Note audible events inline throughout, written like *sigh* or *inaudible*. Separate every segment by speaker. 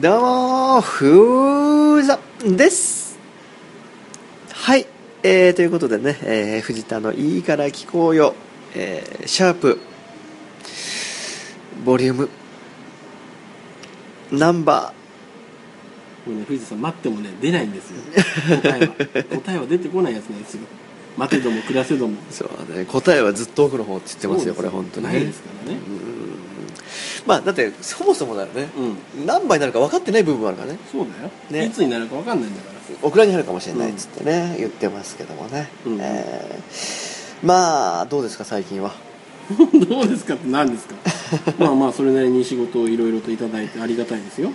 Speaker 1: どうもふーざですはい、えー、ということでね、えー、藤田のいいから聞こうよ、えー、シャープボリュームナンバ
Speaker 2: もうね、富士山待ってもね、出ないんですよ。答えは。答えは出てこないやつなんですよ。待てども暮らせども。
Speaker 1: ーそう、ね、答えはずっと奥の方って言ってますよこ
Speaker 2: そ
Speaker 1: れ
Speaker 2: うです
Speaker 1: 本当に
Speaker 2: ないで
Speaker 1: ね
Speaker 2: すからね。
Speaker 1: まあだってそもそもだよね、
Speaker 2: うん。
Speaker 1: 何倍になるか分かってない部分もあるからね
Speaker 2: そうだよ。
Speaker 1: ね
Speaker 2: いつになるかわかんないんだから。 *laughs*
Speaker 1: オクラに入るかもしれないっつってね、言ってますけどもね、
Speaker 2: うん
Speaker 1: えーまあどうですか最近は
Speaker 2: どうですかって何ですか。まあまあ、それなりに仕事をいろいろといただいてありがたいですよ。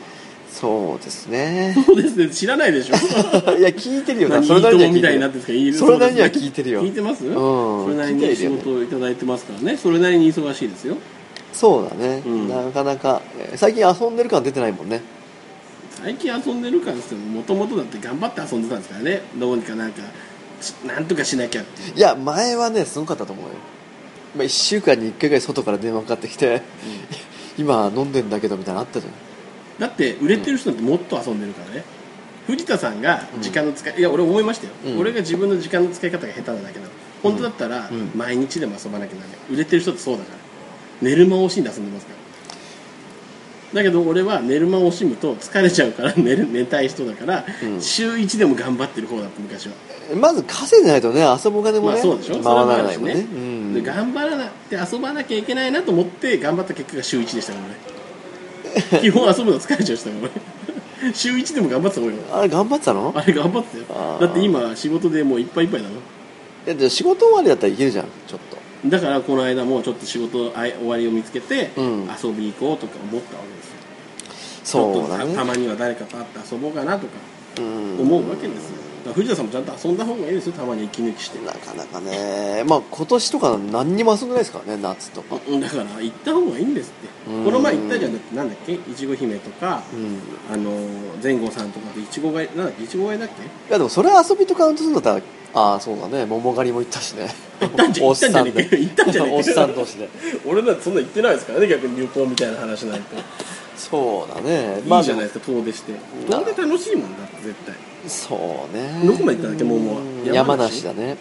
Speaker 1: そうですね
Speaker 2: そうですね。知らないでしょ。
Speaker 1: *laughs* いや聞いてるよな
Speaker 2: 何
Speaker 1: それなりには聞
Speaker 2: 人
Speaker 1: いて
Speaker 2: みたい
Speaker 1: る
Speaker 2: になってるんですかいい
Speaker 1: それなりには
Speaker 2: そうです
Speaker 1: 聞
Speaker 2: ね
Speaker 1: いてるよ
Speaker 2: 聞いてます、
Speaker 1: うん
Speaker 2: それな
Speaker 1: 聞
Speaker 2: りに
Speaker 1: いてる
Speaker 2: 仕
Speaker 1: よね
Speaker 2: 事をいただいてますからね。それなりに忙しいですよ。
Speaker 1: そうだね、
Speaker 2: うん
Speaker 1: なかなかえー最近遊んでる感出てないもんね
Speaker 2: 最近遊んでるからですけどもともとだって頑張って遊んでたんですからねどうにかなんかしなんとかしなきゃっていう、
Speaker 1: いや前はねすごかったと思うよ、まあ、1週間に1回ぐらい外から電話かかってきて今飲んでんだけどみたいなのあったじゃん
Speaker 2: だって売れてる人なんてもっと遊んでるからね藤田さんが時間の使い、いや俺思いましたよ、
Speaker 1: うん
Speaker 2: 俺が自分の時間の使い方が下手なだけなの本当だったら
Speaker 1: うん
Speaker 2: 毎日でも遊ばなきゃならない売れてる人ってそうだから寝る間を惜しんで遊んでますからだけど俺は寝る間を惜しむと疲れちゃうから寝る寝たい人だから、
Speaker 1: うん
Speaker 2: 週1でも頑張ってる方だった昔は
Speaker 1: まず稼いでないとね遊ぶお金も
Speaker 2: まあ
Speaker 1: ね、
Speaker 2: そうでしょ
Speaker 1: 回
Speaker 2: それ
Speaker 1: ら
Speaker 2: もある
Speaker 1: ない
Speaker 2: し
Speaker 1: もん
Speaker 2: ね
Speaker 1: ねうん
Speaker 2: で頑張らなって遊ばなきゃいけないなと思って頑張った結果が週1でしたからね *laughs* 基本遊ぶの疲れちゃうしたから俺 *laughs* 週1でも頑張ってた方がいいよ
Speaker 1: あれ頑張ってたの
Speaker 2: あれ頑張ってた
Speaker 1: あ
Speaker 2: よ
Speaker 1: ー
Speaker 2: だって今仕事でもういっぱいいっぱいなの
Speaker 1: いやじゃあ仕事終わりだったらいけるじゃんちょっと
Speaker 2: だからこの間もちょっと仕事あい終わりを見つけて
Speaker 1: うん
Speaker 2: 遊び行こうとか思ったわけですよ、ちょ
Speaker 1: そ
Speaker 2: っ
Speaker 1: う
Speaker 2: と
Speaker 1: だ
Speaker 2: た
Speaker 1: ね
Speaker 2: たまには誰かと会って遊ぼうかなとか
Speaker 1: うん
Speaker 2: 思うわけですよだから藤田さんもちゃんと遊んだ方がいいですよたまに息抜きして
Speaker 1: なかなかねまあ今年とか何にも遊んでないですからね夏とか
Speaker 2: うんだから行った方がいいんですって
Speaker 1: うん
Speaker 2: この前行ったじゃなくてなんだっけいちご姫とか、
Speaker 1: うん
Speaker 2: あの前後さんとかといちご狩りなんだっけいちご狩りだっ
Speaker 1: いやでもそれは遊びとカウントするんだったらああそうだね桃狩りも行ったしね
Speaker 2: 行ったんじゃ
Speaker 1: おっさんで
Speaker 2: 行ったんじゃねえか
Speaker 1: おっさん同士で
Speaker 2: け俺なんてそんな行ってないですからね逆に旅行みたいな話なんて
Speaker 1: そうだね
Speaker 2: いいじゃないですすか遠出して遠出楽しいもんだって絶対
Speaker 1: そうね
Speaker 2: どこまで行ったんだっけ桃は
Speaker 1: うん山
Speaker 2: 山
Speaker 1: 梨
Speaker 2: 梨
Speaker 1: だね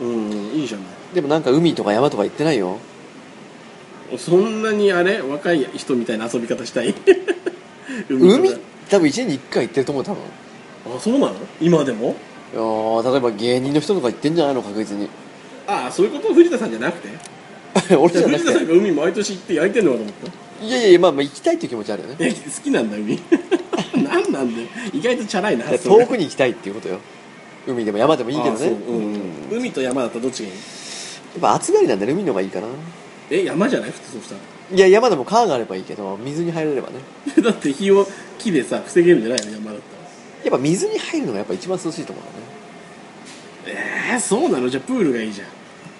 Speaker 2: うん、いいじゃな
Speaker 1: でもなんか海とか山とか行ってないよ
Speaker 2: いそんなにあれ若い人みたいな遊び方 *laughs* したい
Speaker 1: 海
Speaker 2: とか
Speaker 1: 多分1年に1回行ってると思う多分
Speaker 2: あそうなの今でも
Speaker 1: いやー例えば芸人の人とか行ってんじゃないの確実に *laughs*
Speaker 2: ああそういうこと藤田さんじゃなくて
Speaker 1: 俺じゃ
Speaker 2: 藤
Speaker 1: な
Speaker 2: 田
Speaker 1: く
Speaker 2: さ
Speaker 1: て
Speaker 2: んが海毎年行って焼いてんのかと思った
Speaker 1: いやいやまあまあ行きたいっていう気持ちあるよね
Speaker 2: え好きなんだ海 *laughs* なんなんだよ意外とチャラいな
Speaker 1: だから遠くに行きたいっていうことよ海でも山でもいいけど
Speaker 2: あ
Speaker 1: ね
Speaker 2: そう
Speaker 1: や
Speaker 2: うんうん海と山だったらどっちがいい
Speaker 1: っぱ暑がりなんでね海の方がいいかな
Speaker 2: え山じゃない普通そうしたら
Speaker 1: いや山でも川があればいいけど水に入れればね
Speaker 2: *laughs* だって火を木でさ防げるんじゃないの山だったら
Speaker 1: やっぱ水に入るのがやっぱ一番涼しいと思うからね
Speaker 2: えー、そうなのじゃあプールがいいじゃん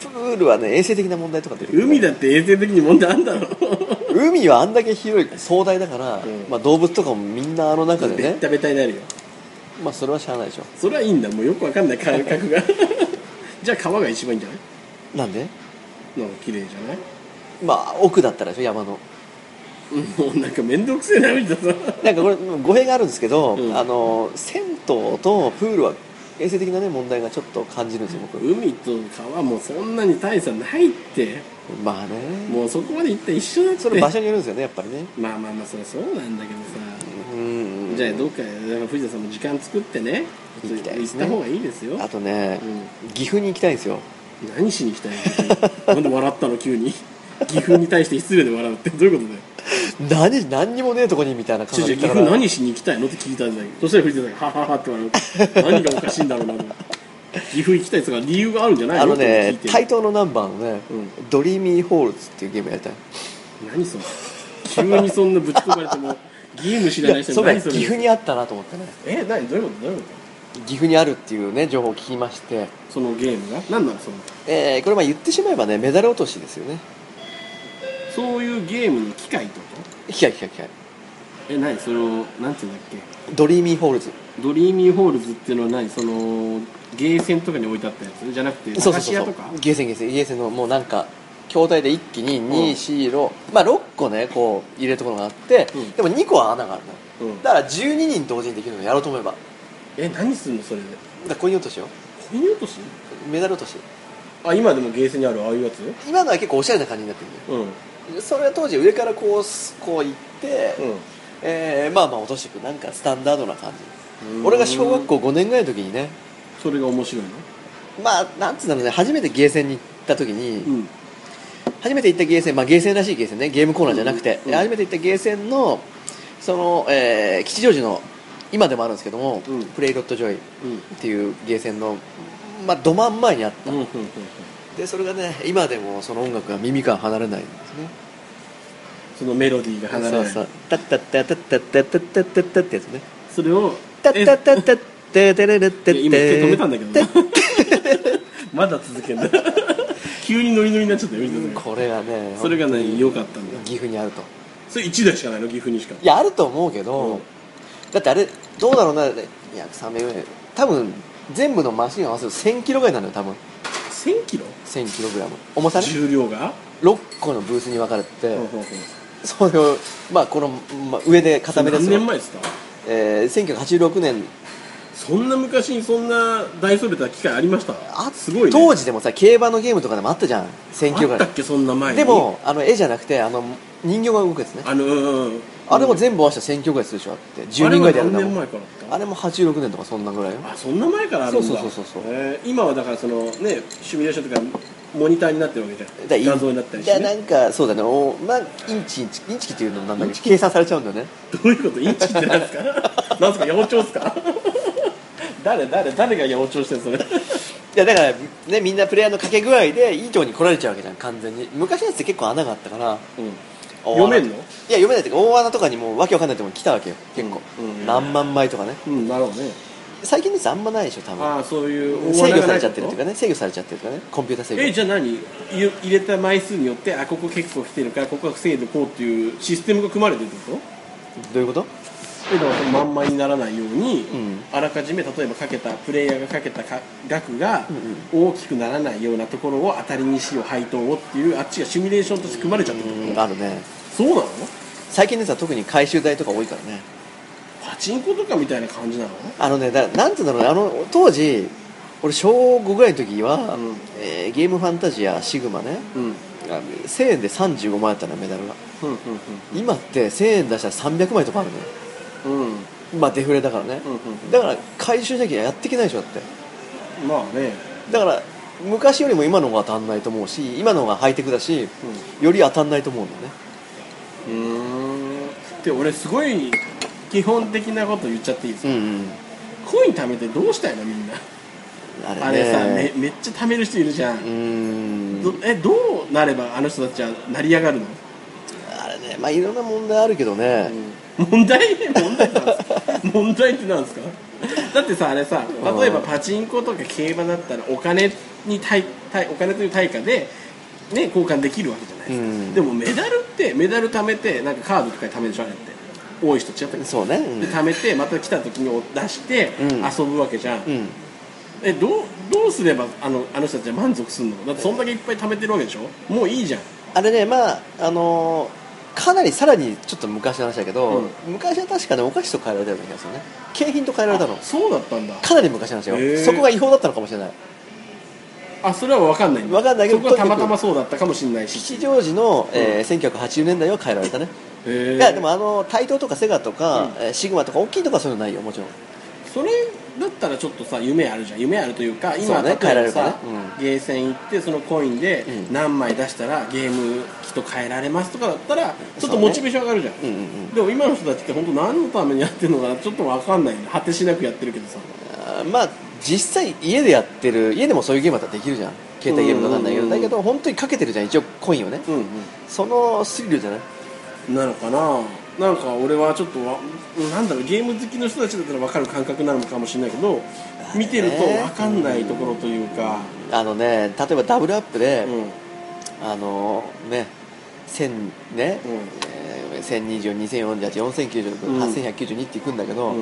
Speaker 1: プールはね衛生的な問題とか出てくる
Speaker 2: 海だって衛生的に問題あんだろ
Speaker 1: 海はあんだけ広い壮大だから、
Speaker 2: うん
Speaker 1: まあ、動物とかもみんなあの中で
Speaker 2: ベ
Speaker 1: ね
Speaker 2: ッ、タベタになるよ
Speaker 1: まあ、それはしゃあないでしょ
Speaker 2: それはいいんだもうよくわかんない感覚が *laughs* じゃあ川が一番いいんじゃない
Speaker 1: なんで
Speaker 2: の綺麗じゃない
Speaker 1: まあ奥だったらでしょ山の
Speaker 2: もうなんか面倒くせえなみたいな
Speaker 1: なんかこれ語弊があるんですけど、
Speaker 2: うん
Speaker 1: あの銭湯とプールは衛生的な、ね、問題がちょっと感じるんですよ僕
Speaker 2: 海と川もそんなに大差ないって
Speaker 1: まあね
Speaker 2: もうそこまで行ったら一緒だって
Speaker 1: それ場所によるんですよねやっぱりね
Speaker 2: まあまあまあそれそうなんだけどさ、
Speaker 1: うん
Speaker 2: じゃあどっかだから藤田さんも時間作ってね
Speaker 1: 行きたいですね
Speaker 2: 行った方がいいですよ
Speaker 1: あとね、
Speaker 2: う
Speaker 1: 岐阜に行きたいんですよ
Speaker 2: 何しに来たのなんで笑ったの急
Speaker 1: *laughs*
Speaker 2: に岐阜に対して失礼で笑うってどういうことだよ
Speaker 1: 何何にもねえとこにみたいな
Speaker 2: ち
Speaker 1: 感
Speaker 2: ょ
Speaker 1: じ
Speaker 2: ち
Speaker 1: だ
Speaker 2: ょ岐
Speaker 1: か
Speaker 2: 阜
Speaker 1: ら
Speaker 2: 何しに行きたいのって聞いたんだけどそしたら藤田さんが「ははは」って笑う何がおかしいんだろうなと思って岐阜行きたいとか理由があるんじゃないの
Speaker 1: あの
Speaker 2: って聞
Speaker 1: ね
Speaker 2: いて
Speaker 1: 台東のナンバーのね、
Speaker 2: う
Speaker 1: ドリーミーホールズっていうゲームやりたい
Speaker 2: 何それ急にそんなぶち込まれてもゲーム知らない人
Speaker 1: そ
Speaker 2: に
Speaker 1: うだ
Speaker 2: 何
Speaker 1: 岐
Speaker 2: それ
Speaker 1: 阜にあったなと思ってね
Speaker 2: え何どういうことどういうこと
Speaker 1: 岐阜にあるっていうね情報を聞きまして、
Speaker 2: そのゲームが何なのその
Speaker 1: えーこれまあ言ってしまえばねメダル落としですよね
Speaker 2: そういうゲームの機械ってこ
Speaker 1: 機械機械機械
Speaker 2: とえ何それをなんていうんだっけ
Speaker 1: ドリーミーホールズ
Speaker 2: ドリーミーホールズっていうのは何そのゲーセンとかに置いてあったやつじゃなくて
Speaker 1: そう
Speaker 2: 駄
Speaker 1: そ
Speaker 2: 菓
Speaker 1: う
Speaker 2: 子
Speaker 1: そうそ
Speaker 2: 屋と
Speaker 1: う
Speaker 2: か
Speaker 1: ゲーセンゲーセンゲーセンのもうなんか筐体で一気に246、まあ6個ねこう入れるところがあって、
Speaker 2: うん
Speaker 1: でも2個は穴があるのよ
Speaker 2: うん
Speaker 1: だから12人同時にできるのやろうと思えばだか
Speaker 2: え何すんのそれで
Speaker 1: らコイン落としよ
Speaker 2: コイン落とし
Speaker 1: メダル落とし
Speaker 2: あ今でもゲーセンにあるああいうやつ
Speaker 1: 今のは結構おしゃれな感じになってるのよ
Speaker 2: うんうん
Speaker 1: それは当時上からこうすこう行って、えーまあまあ落としていくなんかスタンダードな感じ俺が小学校5年ぐらいの時にね
Speaker 2: それが面白いの
Speaker 1: まあなんつうんだろうね初めてゲーセンに行った時に、
Speaker 2: うん
Speaker 1: 初めて行ったゲーセン、まあ、ゲーセンらしいゲーセンねゲームコーナーじゃなくて、
Speaker 2: うんうん
Speaker 1: 初めて行ったゲーセンのその、えー吉祥寺の今でもあるんですけども、
Speaker 2: うん
Speaker 1: プレイロットジョイっ
Speaker 2: うん
Speaker 1: ていうゲーセンの、まあ、ど真ん前にあっ
Speaker 2: う
Speaker 1: た、
Speaker 2: んうんうん
Speaker 1: でそれがね今でもその音楽が耳から離れないんですね
Speaker 2: そのメロディーが離れ
Speaker 1: そ
Speaker 2: な
Speaker 1: う
Speaker 2: い
Speaker 1: そう「タッタッタッタッタッタッタッタッタッタッ」ってやつね
Speaker 2: それを
Speaker 1: 「タッタッタッタッタッタッタッタッタッタ
Speaker 2: え今一回止めたんだけ
Speaker 1: タ
Speaker 2: ど
Speaker 1: ッ
Speaker 2: なまだ続けん *laughs* だ急にノリノリになっちゃったよみんな
Speaker 1: これがね
Speaker 2: それがね良かったんだ
Speaker 1: 岐阜にあると
Speaker 2: それ1台しかないの岐阜にしか
Speaker 1: いやあると思うけど、
Speaker 2: うん
Speaker 1: だってあれどうだろうな約300円多分全部のマシンを合わせると1000キロぐらいなのよ多分
Speaker 2: 1000キロ
Speaker 1: 1000キログラム重さね
Speaker 2: 重量が
Speaker 1: 6個のブースに分かれてて、
Speaker 2: ほうほうほう
Speaker 1: それをまあこの、まあ、上で固めです
Speaker 2: 何
Speaker 1: よ
Speaker 2: 年、前ですか
Speaker 1: えー、1986年
Speaker 2: そんな昔にそんな大それた機会ありました
Speaker 1: あ
Speaker 2: すごいね
Speaker 1: 当時でもさ競馬のゲームとかでもあったじゃん1000キロぐ
Speaker 2: あった
Speaker 1: ら
Speaker 2: っけそんな前
Speaker 1: い
Speaker 2: に
Speaker 1: でもあの絵じゃなくてあの人形が動くやつね
Speaker 2: あのうんうん
Speaker 1: あれも全部合わせたら1000キロぐらいするでしょあって10人ぐらいでやるんだ
Speaker 2: あれは何
Speaker 1: もん
Speaker 2: 年前からだ
Speaker 1: あれも86年とかそんなぐらいよ
Speaker 2: ったあそんな前からあるんだ
Speaker 1: そうそうそうそうそう
Speaker 2: へー今はだからそのねシミュレーションとかモニターになってるわけじ
Speaker 1: だ
Speaker 2: ゃん画像になったりして
Speaker 1: いやな
Speaker 2: ね
Speaker 1: んかそうだねおまあインチインチインチキっていうのもなんだけど計算されちゃうんだよね
Speaker 2: どういうことインチキってなんです
Speaker 1: *laughs*
Speaker 2: かなんですか八百長っすか誰誰誰が八百長してんのそれ
Speaker 1: いやだからねみんなプレイヤーの掛け具合でいいとこに来られちゃうわけじゃん完全に昔のやつって結構穴があったから大穴
Speaker 2: 読めんの
Speaker 1: いや読めないっていうか大穴とかにもうわけわかんないとこに来たわけよ結構、
Speaker 2: うんうん
Speaker 1: 何万枚とかね
Speaker 2: うんなるほどね
Speaker 1: 最近のやつあんまないでしょ多分
Speaker 2: ああそういう
Speaker 1: 制御
Speaker 2: が
Speaker 1: さ
Speaker 2: な
Speaker 1: れ
Speaker 2: い
Speaker 1: ちゃってるっていうかね制御されちゃってるとかねコンピューター制御
Speaker 2: えじゃあ何い入れた枚数によってあここ結構来てるからここは防いでこうっていうシステムが組まれてるってこと
Speaker 1: どういうこと
Speaker 2: えだからそのまんまにならないように、
Speaker 1: うん
Speaker 2: あらかじめ例えばかけたプレイヤーがかけたか額が大きくならないようなところを当たりにしよう配当をっていうあっちがシミュレーションとして組まれちゃってるって
Speaker 1: う
Speaker 2: こ
Speaker 1: んあるね
Speaker 2: とそうなの
Speaker 1: 最近のやつは特に回収台とか多いからね
Speaker 2: パチンコとかみたいな感じなの
Speaker 1: あのねだなんて言うんだろうねあの当時俺小5ぐらいの時は、
Speaker 2: うん
Speaker 1: えーゲームファンタジアシグマね
Speaker 2: うんうん
Speaker 1: あの1000円で35枚あったのよメダルが
Speaker 2: うん
Speaker 1: 今って1000円出したら300枚とかあるのよ
Speaker 2: うんうん
Speaker 1: まあデフレだからね、
Speaker 2: うんうん
Speaker 1: だから回収しなきゃやっていけないでしょだって
Speaker 2: まあね
Speaker 1: だから昔よりも今の方が当たんないと思うし今の方がハイテクだし、より当たんないと思うんだよね
Speaker 2: うーんで俺すごい基本的なこと言っちゃっていいですか、
Speaker 1: んうん
Speaker 2: コイン貯めてどうしたいのみんな
Speaker 1: あれね
Speaker 2: あれさめめっちゃ貯める人いるじゃ、
Speaker 1: うんーん
Speaker 2: どえどうなればあの人たちは成り上がるの、
Speaker 1: あれねまあいろんな問題あるけどね、
Speaker 2: 問題問題なんですか問題ってなんですかだってさあれさ例えばパチンコとか競馬だったらお金に対対お金という対価でね交換できるわけじゃないですか、
Speaker 1: うん
Speaker 2: でもメダルってメダル貯めてなんかカードとかで貯めるでしょあれって多い人違ったっけ
Speaker 1: そうね、うん
Speaker 2: で貯めてまた来た時に出して
Speaker 1: うん
Speaker 2: 遊ぶわけじゃん、
Speaker 1: うん
Speaker 2: えどうどうすればあのあの人たちは満足するのだってそんだけいっぱい貯めてるわけでしょもういいじゃん
Speaker 1: あれねまああのーかなりさらにちょっと昔の話だけど、
Speaker 2: う
Speaker 1: 昔は確かねお菓子と変えられたような気がするね景品と変えられたの
Speaker 2: そうだったんだ
Speaker 1: かなり昔なんですよ、
Speaker 2: へー
Speaker 1: そこが違法だったのかもしれない
Speaker 2: あそれは分かんないんだ
Speaker 1: 分かんないけど
Speaker 2: そこはたまたまそうだったかもしれないし
Speaker 1: 吉祥寺の、えー1980年代は変えられたね、
Speaker 2: へえ
Speaker 1: いやでもあのタイトーとかセガとか、
Speaker 2: うん
Speaker 1: えーシグマとか大きいとかそういうのないよもちろん
Speaker 2: それだったらちょっとさ夢あるじゃん夢あるというか
Speaker 1: そ
Speaker 2: 今
Speaker 1: うね
Speaker 2: 例
Speaker 1: 変えら
Speaker 2: え
Speaker 1: れ
Speaker 2: ば
Speaker 1: るか
Speaker 2: さ
Speaker 1: ら、
Speaker 2: ゲーセン行ってそのコインで
Speaker 1: うん
Speaker 2: 何枚出したらゲーム機と変えられますとかだったらちょっ
Speaker 1: そ
Speaker 2: と
Speaker 1: うね
Speaker 2: モチベーション上がるじゃん、
Speaker 1: うんうんうん
Speaker 2: でも今の人たちって本当何のためにやってるのかなちょっと分かんないよね果てしなくやってるけどさ
Speaker 1: あーまあ実際家でやってる家でもそういうゲームだったらできるじゃん携帯ゲームとかなんだけど、
Speaker 2: うんうんうん
Speaker 1: だけど本当にかけてるじゃん一応コインをね、
Speaker 2: うん
Speaker 1: そのスリルじゃない
Speaker 2: うんなのかななんか俺はちょっとわなんだろうゲーム好きの人たちだったら分かる感覚なのかもしれないけど見てると分かんないところというか、
Speaker 1: あのね例えばダブルアップで、
Speaker 2: うん
Speaker 1: あのね1000ね、
Speaker 2: うん
Speaker 1: えー1020、2048、4096、
Speaker 2: うん
Speaker 1: 8192っていくんだけど、
Speaker 2: う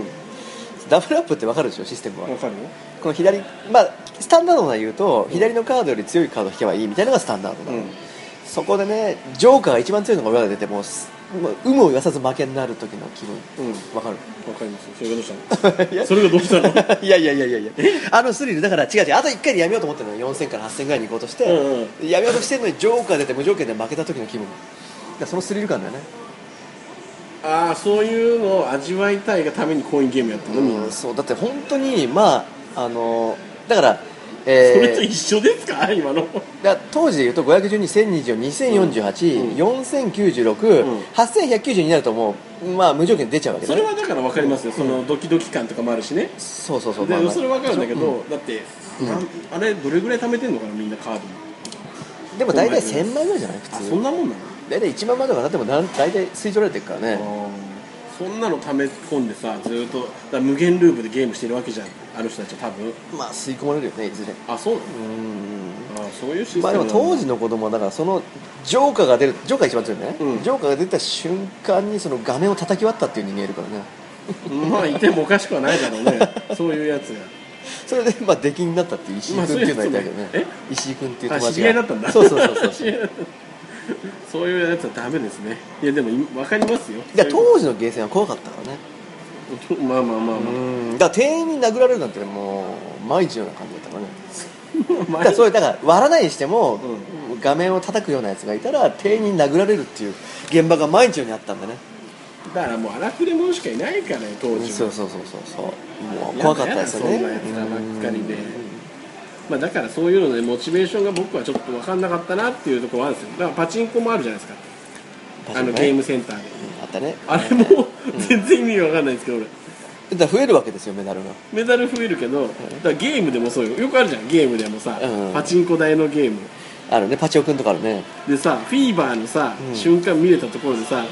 Speaker 1: ダブルアップって分かるでしょ、システムは
Speaker 2: ん、わ。かるよ
Speaker 1: この左、まあ、スタンダードな言うと、左のカードより強いカード引けばいいみたいなのがスタンダード
Speaker 2: う
Speaker 1: な、
Speaker 2: ん
Speaker 1: そこでねジョーカーが一番強いのが俺らで出てもうすもう有無を言わさず負けになる時の気分
Speaker 2: うん
Speaker 1: わかる
Speaker 2: わかりますそれがどう
Speaker 1: *laughs*
Speaker 2: したのそれがどうしたの *laughs*
Speaker 1: いやいやいやいやいやあのスリルだから違う違うあと1回でやめようと思ってるの4000から8000ぐらいに行こうとして、
Speaker 2: うん
Speaker 1: やめようとしてるのにジョーカー出て無条件で負けた時の気分だからそのスリル感だよね、
Speaker 2: ああそういうのを味わいたいがためにコインゲームやったのみんな、
Speaker 1: うん
Speaker 2: そ
Speaker 1: そうだって本当にまああのだから、えー
Speaker 2: れと一緒ですか今の
Speaker 1: だから当時でいうと512,024,2048,4096,8192、
Speaker 2: ううん
Speaker 1: 8192になるともう、まあ、無条件で出ちゃうわけ
Speaker 2: そ
Speaker 1: だ
Speaker 2: れ
Speaker 1: ね
Speaker 2: はだから分かりますよ、そのドキドキ感とかもあるしね
Speaker 1: そうそうそう、
Speaker 2: で
Speaker 1: まあまあ
Speaker 2: それ分かるんだけど、だって、
Speaker 1: うん
Speaker 2: なんあれどれぐらい貯めてんのかなみんなカードに
Speaker 1: でも大体1000枚ぐらいじゃない普
Speaker 2: あそん
Speaker 1: 通
Speaker 2: なもんなの
Speaker 1: 大体1万枚とかなってもなん大体吸い取られてるからね
Speaker 2: そんなの溜め込んでさずーっとだから無限ループでゲームしてるわけじゃんあの人たちは多分
Speaker 1: まあ吸い込まれるよねいずれ
Speaker 2: あそうな
Speaker 1: うー
Speaker 2: のあそういうシステ
Speaker 1: ん
Speaker 2: ム
Speaker 1: まあでも当時の子供はだからそのジョーカーが出るジョーカー一番強いんだね、
Speaker 2: うん
Speaker 1: ジョーカーが出た瞬間にその画面を叩き割ったっていう人間いるからね
Speaker 2: まあいてもおかしくはないだろう
Speaker 1: *laughs*
Speaker 2: ねそういうやつが
Speaker 1: それでまあ出禁になったっていう石井
Speaker 2: ま
Speaker 1: 君
Speaker 2: あ
Speaker 1: って
Speaker 2: そう
Speaker 1: いの
Speaker 2: いうう
Speaker 1: がいたけど
Speaker 2: やつも
Speaker 1: ね
Speaker 2: ね
Speaker 1: 石井君っていう友
Speaker 2: あ
Speaker 1: 達が
Speaker 2: 知り合いだったんだ
Speaker 1: そうそうそう
Speaker 2: 知
Speaker 1: そ
Speaker 2: *laughs*
Speaker 1: う
Speaker 2: り合いだったそういうやつはダメですねいやでも分かりますよ
Speaker 1: いや当時のゲーセンは怖かったからね
Speaker 2: *laughs* まあまあまあまあ、
Speaker 1: うんだから店員に殴られるなんてもう毎日のような感じだったからねだ
Speaker 2: まあ
Speaker 1: からそういうだから割らないにしても、
Speaker 2: う
Speaker 1: 画面を叩くようなやつがいたら店員に殴られるっていう現場が毎日のようにあったんだね
Speaker 2: だからもう荒くれ者しかいないからね当時は
Speaker 1: そうそうそうそうそうもう
Speaker 2: やだ
Speaker 1: 怖かったですよね
Speaker 2: やだそんなやつらばっかりで
Speaker 1: うん
Speaker 2: まあ、だからそういうのでモチベーションが僕はちょっと分かんなかったなっていうところはあるんですよだからパチンコもあるじゃないですか
Speaker 1: パチ
Speaker 2: あ
Speaker 1: ンコね
Speaker 2: のゲームセンターで
Speaker 1: あったね
Speaker 2: あれも全然意味わかんないんですけど俺
Speaker 1: だから増えるわけですよメダルが
Speaker 2: メダル増えるけどだからゲームでもそうよよくあるじゃんゲームでもさ、
Speaker 1: うん
Speaker 2: パチンコ台のゲーム
Speaker 1: あるねパチオくんとかあるね
Speaker 2: でさフィーバーのさ、
Speaker 1: うん
Speaker 2: 瞬間見れたところでさ、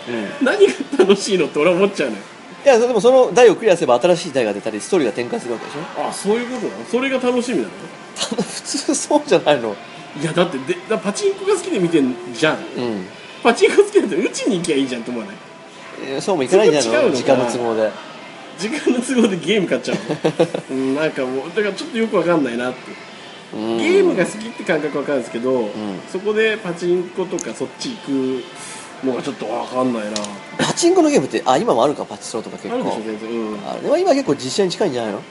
Speaker 1: う
Speaker 2: 何が楽しいのって俺は思っちゃうのよ
Speaker 1: いやでもその台をクリアすれば新しい台が出たりストーリーが展開するわけでしょ
Speaker 2: あそういうことなのそれが楽しみなの
Speaker 1: ただ *laughs* 普通そうじゃないの
Speaker 2: いやだってでだからパチンコが好きで見てんじゃん
Speaker 1: うん
Speaker 2: パチンコ好きだって打ちに行きゃいいじゃんと思わない
Speaker 1: えーそうもいかないんじゃないの
Speaker 2: そ
Speaker 1: 時
Speaker 2: こ
Speaker 1: 間
Speaker 2: 違うの
Speaker 1: の
Speaker 2: か
Speaker 1: 都合で
Speaker 2: 時間の都合でゲーム買っちゃう *laughs* の、うん、なんかもうだからちょっとよくわかんないなって
Speaker 1: うん
Speaker 2: ゲームが好きって感覚わかるんですけど、
Speaker 1: ん
Speaker 2: そこでパチンコとかそっち行くのがちょっとわかんないなあ
Speaker 1: パチンコのゲームってあ今もあるかパチスロとか結構
Speaker 2: るでしょ全然、うん、
Speaker 1: あれは今結構実写に近いんじゃないの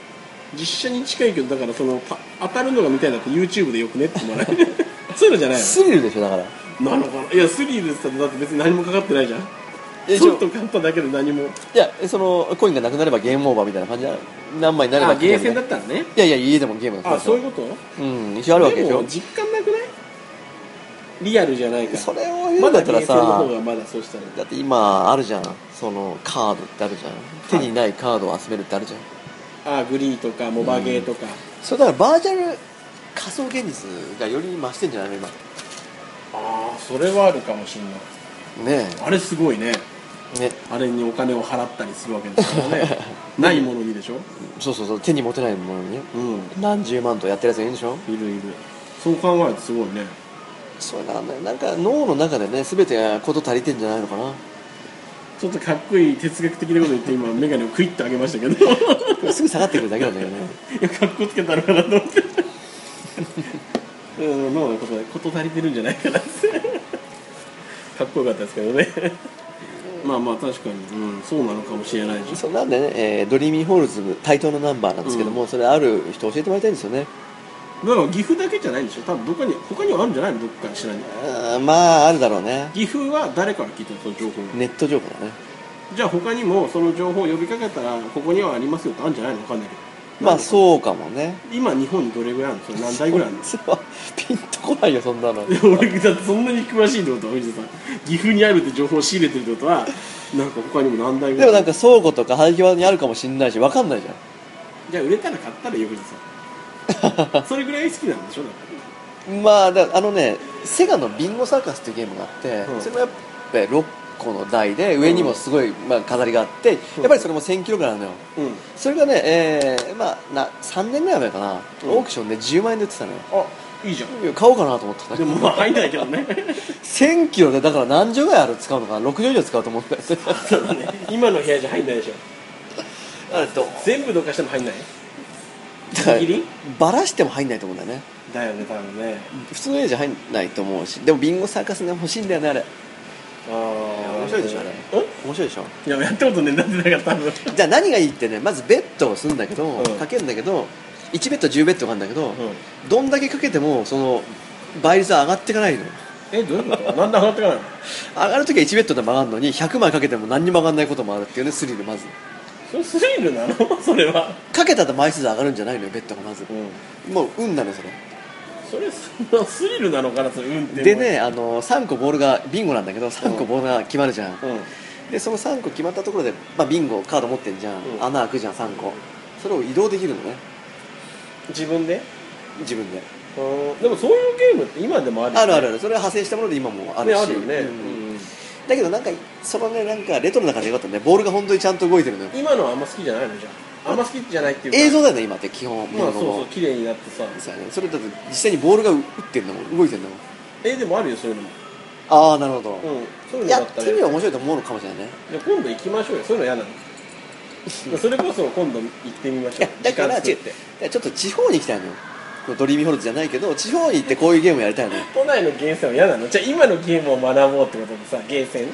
Speaker 2: 実写に近いけどだからそのパ当たるのが見たいなって YouTube でよくねってもらえるそういう *laughs* のじゃない
Speaker 1: スリルでしょだから
Speaker 2: のなのかないやスリーですだって別に何もかかってないじゃん
Speaker 1: え
Speaker 2: ちょっと買っただけで何も
Speaker 1: いやそのコインがなくなればゲームオーバーみたいな感じじゃない何枚になれば
Speaker 2: あゲーセンだ
Speaker 1: い
Speaker 2: ったらね
Speaker 1: やいや家でもゲームだった
Speaker 2: あ
Speaker 1: でしょ
Speaker 2: そういうこと
Speaker 1: うん一応あるわけでし
Speaker 2: でも
Speaker 1: ょ
Speaker 2: 実感なくないリアルじゃないから
Speaker 1: それを言う
Speaker 2: ま
Speaker 1: んだ
Speaker 2: だ
Speaker 1: った
Speaker 2: ゲ
Speaker 1: ら
Speaker 2: ーセンの
Speaker 1: さ
Speaker 2: 方がまだそうしたら
Speaker 1: だって今あるじゃんそのカードってあるじゃん手にないカードを集めるってあるじゃん
Speaker 2: あグリーとかモバゲーとか、
Speaker 1: それだからバーチャル仮想現実がより増してんじゃないの今
Speaker 2: ああそれはあるかもしれない
Speaker 1: ね
Speaker 2: あれすごいね
Speaker 1: えね
Speaker 2: あれにお金を払ったりするわけですか
Speaker 1: *laughs*
Speaker 2: らねないものにでしょ
Speaker 1: そうそうそう手に持てないものにね
Speaker 2: うん
Speaker 1: 何十万とやってるやつがいるんでしょ
Speaker 2: いるいるそう考えるとすごいね
Speaker 1: それなんだよなんか脳の中でね全てが事足りてんじゃないのかな
Speaker 2: ちょっとかっこいい哲学的なこと言って今眼鏡をクイッと上げましたけどい
Speaker 1: すぐ下がってくるだけなんだよね
Speaker 2: やかっこつけたのかなと思ってうん脳のことで事足りてるんじゃないかなってかっこよかったですけどねまあまあ確かに、うん、そうなのかもしれない
Speaker 1: *laughs*
Speaker 2: し
Speaker 1: そうなんでね、えードリーミーホールズ対等のナンバーなんですけども、それある人教えてもらいたいんですよね
Speaker 2: だから岐阜だけじゃないんでしょ多分どっかに他にはあるんじゃないのどっかに知らない
Speaker 1: あーまああるだろうね
Speaker 2: 岐阜は誰から聞いたのその情報
Speaker 1: ネット情報だね
Speaker 2: じゃあ他にもその情報を呼びかけたらここにはありますよってあるんじゃないのわかんないけど
Speaker 1: まあそうかもね
Speaker 2: 今日本にどれぐらいあるのそれ何台ぐらい
Speaker 1: *laughs*
Speaker 2: あるの
Speaker 1: それはピンとこないよそんなの
Speaker 2: *laughs* 俺だってそんなに詳しいってことは藤田さん岐阜にあるって情報を仕入れてるってことはなんか他にも何台ぐ
Speaker 1: で
Speaker 2: ら
Speaker 1: も
Speaker 2: い
Speaker 1: なんか倉庫とか廃墟にあるかもしんないしわかんないじゃん
Speaker 2: じゃあ売れたら買ったらいいよ藤田
Speaker 1: *laughs*
Speaker 2: さんそれぐらい好きなんでしょだから
Speaker 1: まあだあのねセガのビンゴサーカスっていうゲームがあって、
Speaker 2: うん
Speaker 1: それもやっぱり6個の台で上にもすごい、まあ、飾りがあってやっぱりそれも1000キロぐらいなのよ
Speaker 2: うん
Speaker 1: それがね、えーまあ、な3年ぐらい前かな、
Speaker 2: うん
Speaker 1: オークションで10万円で売ってたのよ
Speaker 2: あいいじゃん
Speaker 1: いや買おうかなと思ってた
Speaker 2: でもまあ入んないけ
Speaker 1: *laughs*
Speaker 2: どね
Speaker 1: 1000キロでだから何十ぐらいある使うのかな60以上使うと思ったよ
Speaker 2: *laughs* そうだね今の部屋じゃ入んないでしょ
Speaker 1: あれどう
Speaker 2: 全部どかしても入んない
Speaker 1: だから
Speaker 2: ギリギリ
Speaker 1: バラしても入んないと思うんだよね
Speaker 2: だよね多分ね
Speaker 1: 普通の絵じゃ入んないと思うしでもビンゴサーカスね欲しいんだよねあれ
Speaker 2: ああ
Speaker 1: 面白いでしょあれ面白いでしょ
Speaker 2: いややったことねなんでなかった多分
Speaker 1: じゃあ何がいいってねまずベッドをするんだけど、
Speaker 2: うん
Speaker 1: かけるんだけど1ベッド10ベッドがあるんだけど、どんだけかけてもその倍率は上がっていかないの
Speaker 2: *laughs* えどういうことなんで上がってかないの
Speaker 1: 上がるときは1ベッドで曲がるのに100枚かけても何にも上がらないこともあるっていうねスリルまず
Speaker 2: それスリルなのそれは
Speaker 1: かけたら枚数上がるんじゃないのよベッドがまず
Speaker 2: うん
Speaker 1: もう運なのそれ
Speaker 2: それそんなスリルなのかなそれ運転は
Speaker 1: でねあの3個ボールがビンゴなんだけど3個ボールが決まるじゃん、
Speaker 2: うん
Speaker 1: でその3個決まったところで、まあ、ビンゴカード持ってんじゃん、
Speaker 2: うん
Speaker 1: 穴開くじゃん3個それを移動できるのね
Speaker 2: 自分で
Speaker 1: 自分で
Speaker 2: うんでもそういうゲームって今でもあるよね
Speaker 1: あるあるあるそれは派生したもので今もある
Speaker 2: ね
Speaker 1: し、
Speaker 2: あるよね
Speaker 1: うん
Speaker 2: うん
Speaker 1: だけどなんかそのねなんかレトロな感じがよかったねボールが本当にちゃんと動いてるのよ
Speaker 2: 今のはあんま好きじゃないのじゃああんま好きじゃないっていうか
Speaker 1: 映像だよね今って基本
Speaker 2: まあ
Speaker 1: ビンゴ
Speaker 2: そうそう
Speaker 1: の
Speaker 2: 綺麗になってさ
Speaker 1: そうやねそれだって実際にボールが打ってんだもん動いてんだもん
Speaker 2: えでもあるよそういうのも
Speaker 1: ああなるほど、
Speaker 2: うんそういうの
Speaker 1: や
Speaker 2: だ
Speaker 1: っ
Speaker 2: った
Speaker 1: て
Speaker 2: ら
Speaker 1: みれば面白いと思うのかもしれないね
Speaker 2: じゃあ今度行きましょうよそういうの嫌なのそれこそ今度行ってみま
Speaker 1: い
Speaker 2: しょ
Speaker 1: や
Speaker 2: う
Speaker 1: だから
Speaker 2: 時間作
Speaker 1: 違
Speaker 2: っ
Speaker 1: う
Speaker 2: て
Speaker 1: いやちょっと地方に行きたいのよこのドリーミーホールズじゃないけど地方に行ってこういうゲームやりたいのよ
Speaker 2: 都内のゲーセンは嫌なのじゃあ今のゲームを学ぼうってことでさゲーセン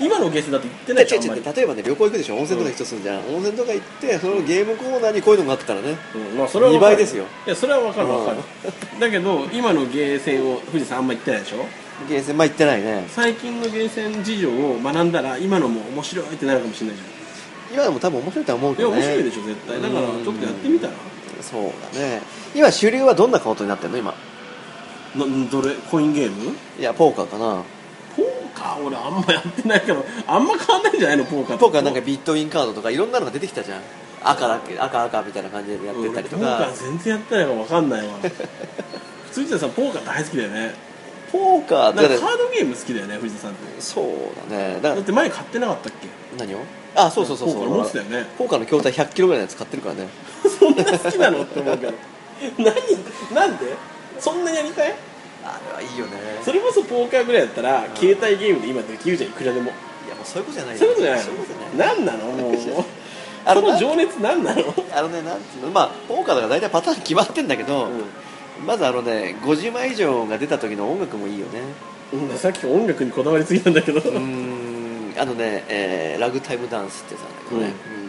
Speaker 2: 今のゲーセンだって言って
Speaker 1: い
Speaker 2: な
Speaker 1: や
Speaker 2: いじゃ
Speaker 1: 違
Speaker 2: ん
Speaker 1: う
Speaker 2: あんま
Speaker 1: 違
Speaker 2: り
Speaker 1: う例えばね旅行行くでしょ温泉とか一つするじゃん、温泉とか行ってそのゲームコーナーにこういうのがあったらね
Speaker 2: うんまあそれは分かる
Speaker 1: 二倍ですよ
Speaker 2: いやそれは分かる分かる *laughs* だけど今のゲーセンを富士山あんま行ってないでしょ
Speaker 1: ゲーセンまあ行ってないね
Speaker 2: 最近のゲーセン事情を学んだら今のも面白いってなるかもしれないじ
Speaker 1: 今でも多分面白いとは思う
Speaker 2: ゃんい
Speaker 1: け
Speaker 2: や
Speaker 1: どね
Speaker 2: 面白いでしょ絶対だからちょっとやってみたら
Speaker 1: そうだね今主流はどんなことになってんの今
Speaker 2: などれコインゲーム
Speaker 1: いやポーカーかな
Speaker 2: ポーカー俺あんまやってないけどあんま変わんないんじゃないのポーカー
Speaker 1: ポーカーなんかビットインカードとかいろんなのが出てきたじゃん赤だっけ赤赤みたいな感じでやってたりと
Speaker 2: うん俺ポー
Speaker 1: か
Speaker 2: カー全然やってないから分かん
Speaker 1: *laughs*
Speaker 2: ないわ藤田さんポーカー大好きだよね
Speaker 1: ポーカー
Speaker 2: な
Speaker 1: っ
Speaker 2: ん
Speaker 1: てだ
Speaker 2: かカ
Speaker 1: から
Speaker 2: ードゲーム好きだよね藤田さんって
Speaker 1: そうだねだか
Speaker 2: だっ
Speaker 1: ら
Speaker 2: て前買ってなかったっけ
Speaker 1: 何をあそうそうそうそう
Speaker 2: ポーカー持ってたよね
Speaker 1: ポーカーの筐体1 0 0キロぐらいのやつ買ってるからね
Speaker 2: *laughs* そんな好きなのって思うけど *laughs* 何なんでそんなやりたい
Speaker 1: あれはいいよね
Speaker 2: それこそポーカーぐらいだったら携帯ゲームで今できるじゃんいくらでも
Speaker 1: いやもうそういうことじゃないよ
Speaker 2: そういうことじゃない
Speaker 1: そういうことじゃない
Speaker 2: の何なのもう
Speaker 1: あの
Speaker 2: その情熱何なの
Speaker 1: あのね、なんていうの、まあ、ポーカーだから大体パターン決まってんだけど、まずあのね、50枚以上が出た時の音楽もいいよね。
Speaker 2: うんさっき音楽にこだわりすぎなんだけど
Speaker 1: うーん、あのね、えーラグタイムダンスってやつなんだけどね、
Speaker 2: うん
Speaker 1: うん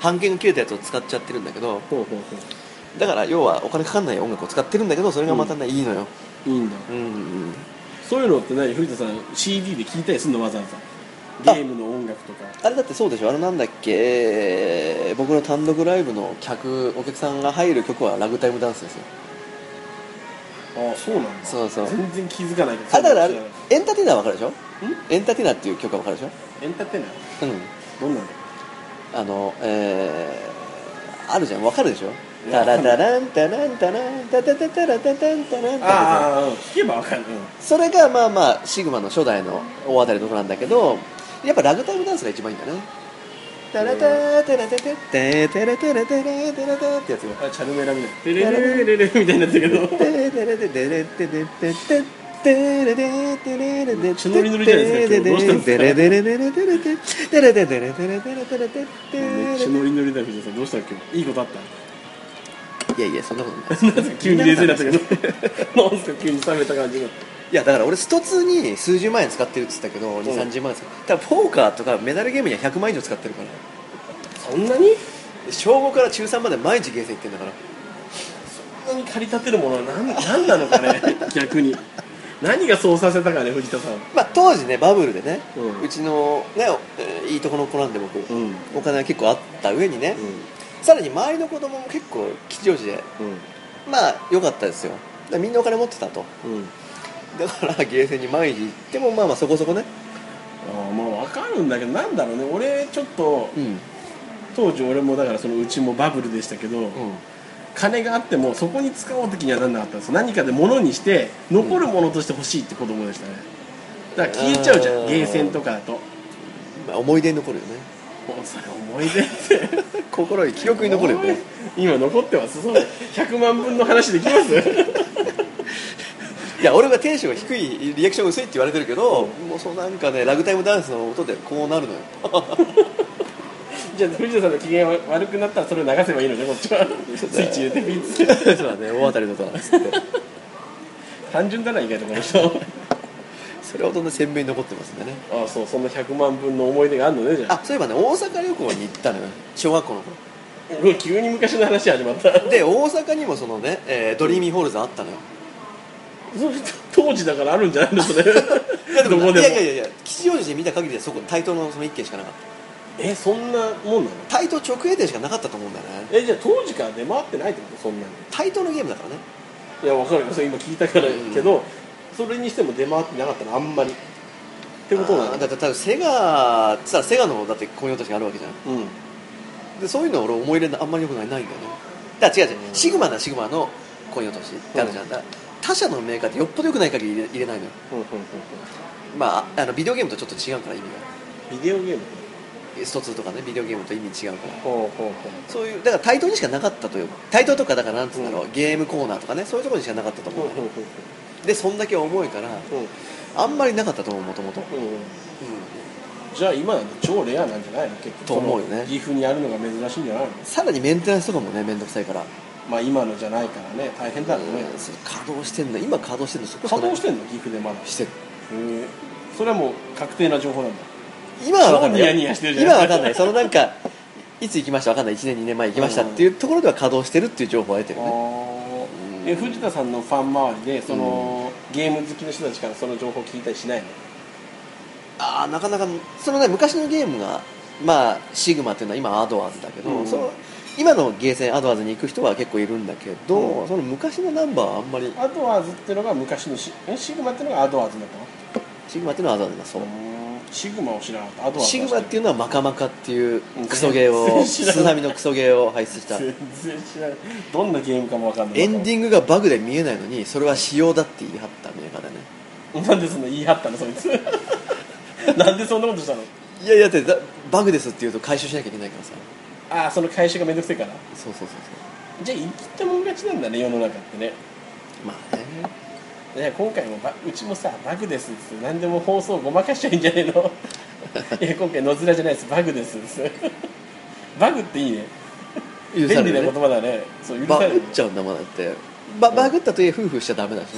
Speaker 1: 半券が切れたやつを使っちゃってるんだけど、
Speaker 2: ほうほうほ
Speaker 1: だから要はお金かかんない音楽を使ってるんだけど、それがまたね、いいのよ。
Speaker 2: ういいんだ
Speaker 1: うんうん、
Speaker 2: そういうのって何古田さん CD で聴いたりすんのわざわざゲームの音楽とか
Speaker 1: あれだってそうでしょ、あれなんだっけ、えー僕の単独ライブの客、お客さんが入る曲はラグタイムダンスですよ。
Speaker 2: ああそうなんだ
Speaker 1: そうそう
Speaker 2: 全然気づかないけど
Speaker 1: あれだからあれ
Speaker 2: 知らない、
Speaker 1: エンターテイナーわかるでしょエンターテイナーっていう曲はわかるでし
Speaker 2: エンターテイナー
Speaker 1: ょうん。
Speaker 2: どんなの
Speaker 1: あの、えー、あるじゃん、わかるでしょ
Speaker 2: い
Speaker 1: タ
Speaker 2: や
Speaker 1: ラタランタランタランタタタタラタタンタランタラン
Speaker 2: ああ聞けばわかるうん
Speaker 1: それがまあまあシグマの初代の大当たりのとこなんだけどやっぱラグタイムダンスが一番いいんだねタラタタラタタテテラテラテラテラタってやつよ
Speaker 2: あチャルメラみたいな「レレレレレレ」みたいになってるけど
Speaker 1: テレテレテレテレテテテレテテレテテ
Speaker 2: 血のりのりじゃないですかどうしたん
Speaker 1: テ
Speaker 2: ですか
Speaker 1: レテレテレテレテテレテテレテレテレテレテ
Speaker 2: めっち
Speaker 1: テ
Speaker 2: ゃノリノリだよ藤田さんどうしたっけいいことあった
Speaker 1: いやいやそんなことない
Speaker 2: なんですか急に冷静になったけどなんですか急に冷めた感じが
Speaker 1: いやだから俺ストツーに数十万円使ってるっつったけど2
Speaker 2: うん
Speaker 1: 三3 0万円使ってただポーカーとかメダルゲームには100万円以上使ってるから
Speaker 2: そんなに
Speaker 1: 小5から中3まで毎日ゲーセン行ってんだから
Speaker 2: そんなに駆り立てるものは何何なのかね逆に何がそうさせたかね藤田さん
Speaker 1: まあ当時ねバブルでね、う
Speaker 2: うん
Speaker 1: ちのね、えーいいとこの子なんで僕、
Speaker 2: うん
Speaker 1: お金が結構あった上にね、
Speaker 2: う
Speaker 1: さらに周りの子供も結構吉祥寺で
Speaker 2: ん
Speaker 1: まあ良かったですよだからみんなお金持ってたと
Speaker 2: うんうん
Speaker 1: だからゲーセンに毎日行ってもまあまあそこそこね
Speaker 2: ああまあわかるんだけどなんだろうね俺ちょっと
Speaker 1: うん
Speaker 2: 当時俺もだからそのうちもバブルでしたけど、金があってもそこに使おう時にはなんなかったんです何かで物にして残るものとして欲しいって子供でしたねだから消えちゃうじゃ
Speaker 1: あー
Speaker 2: んゲーセンとかだとも
Speaker 1: まあ、思い出に残るよね
Speaker 2: うそれ思い出って *laughs*
Speaker 1: 心に記憶に残るよね
Speaker 2: 今残ってますそう100万分の話できます
Speaker 1: *laughs* いや俺はテンションが低いリアクションが薄いって言われてるけど、もうそうなんかねラグタイムダンスの音でこうなるのよ
Speaker 2: *laughs* じゃあ藤田さんの機嫌が悪くなったらそれを流せばいいのねこっちは *laughs* スイッチ入れてピッつっ
Speaker 1: *laughs*
Speaker 2: て
Speaker 1: そうだね大当たりの音なんですって
Speaker 2: 単純だな意外とこの人 *laughs*
Speaker 1: それほどね鮮明に残ってますんでね
Speaker 2: ああそうそんな100万分の思い出があるのねじゃあ
Speaker 1: あそういえばね大阪旅行に行ったのよ小学校の頃
Speaker 2: うわ急に昔の話始まった
Speaker 1: で大阪にもそのね、えードリーミーホールズあったのよ
Speaker 2: それ当時だからあるんじ *laughs* ゃないのそれどこでも
Speaker 1: いやいやいやいや吉祥寺で見た限りではそこ台東のその1軒しかなかった
Speaker 2: えそんなもんなの
Speaker 1: 台東直営店しかなかったと思うんだよね
Speaker 2: えじゃあ当時から出回ってないってことそんなに
Speaker 1: 台東のゲームだからね
Speaker 2: いやわかるよそれ今聞いたからけど、それにしても出回ってなかったのあんまりってことな
Speaker 1: あー
Speaker 2: ん
Speaker 1: だ
Speaker 2: だ
Speaker 1: って多分セガっつったらセガのだってコイン落としがあるわけじゃん
Speaker 2: うん
Speaker 1: でそういうの俺思い入れのあんまりよくないないんだよねだから違う違う、
Speaker 2: うん
Speaker 1: シグマなシグマのコイン落としってあるじゃん、だから他社のメーカーってよっぽどよくない限り入れ入れないのよまああのビデオゲームとちょっと違うから意味
Speaker 2: ビデオゲーム
Speaker 1: がスト2とかねビデオゲームと意味違うから
Speaker 2: ほうほうほ
Speaker 1: そういうだから対等にしかなかったという対等とかだからなんつうんだろう、ゲームコーナーとかねそういうところにしかなかったと思う、
Speaker 2: ほうほ
Speaker 1: でそんだけ重いから
Speaker 2: ううん
Speaker 1: あんまりなかったと思うもともと
Speaker 2: うんじゃあ今なんて超レアなんじゃないの結構
Speaker 1: と思うよね
Speaker 2: その岐阜にあるのが珍しいんじゃないの
Speaker 1: さらにメンテナンスとかもね面倒くさいから、
Speaker 2: まあ今のじゃないからね大変だろうね
Speaker 1: うんそれ稼働してんの今稼働してんのそこしか
Speaker 2: 稼
Speaker 1: ない
Speaker 2: 働してんの岐阜でまだへ
Speaker 1: してる
Speaker 2: えそれはもう確定な情報なんだ
Speaker 1: 今は分かんないよ
Speaker 2: 超ニヤニヤしてるじゃん
Speaker 1: 今は分かんないそのなんかいつ行きました分かんない1年2年前行きましたっていうところでは稼働してるっていう情報は得てるね
Speaker 2: あーえ藤田さんのファン周りでその、ゲーム好きの人たちからその情報聞いたりしないの
Speaker 1: ああなかなかそのね昔のゲームがまあシグマっていうのは今アドアーズだけど、
Speaker 2: うん
Speaker 1: その今のゲーセンアドアーズに行く人は結構いるんだけど、
Speaker 2: うん
Speaker 1: その昔のナンバーはあんまり
Speaker 2: アドアーズってのが昔のシえシグマってのがアドアーズだった
Speaker 1: シグマっていうのはアドアーズだそう
Speaker 2: の、シグマを知らなかったアドアーズ
Speaker 1: シグマっていうのはマカマカっていう
Speaker 2: うん *laughs*
Speaker 1: クソゲー
Speaker 2: 全
Speaker 1: を
Speaker 2: 然知らない
Speaker 1: スナミのクソゲーを輩出した
Speaker 2: 全然知らないどんなゲームかもわかんない
Speaker 1: エンディングがバグで見えないのにそれは仕様だって言い張ったメーカーだね
Speaker 2: なんでそんな言い張ったのそいつ *laughs* なんでそんなことしたの
Speaker 1: いやいやだってだバグですって言うと回収しなきゃいけないからさ
Speaker 2: ああその回収がめんどくせえから
Speaker 1: そうそうそうそ
Speaker 2: じゃあ生きたもん勝ちなんだね世の中ってね
Speaker 1: うまあね
Speaker 2: ね今回もバうちもさバグですっつって何でも放送ごまかしちゃいいんじゃねえの *laughs* いや今回野面じゃないですバグですっつって *laughs* バグっていいね便利な
Speaker 1: よ
Speaker 2: 言
Speaker 1: ね
Speaker 2: 葉だねそう許
Speaker 1: バ
Speaker 2: され
Speaker 1: グ
Speaker 2: る
Speaker 1: っちゃうんだもんだってババグったといえ夫婦しちゃダメだしね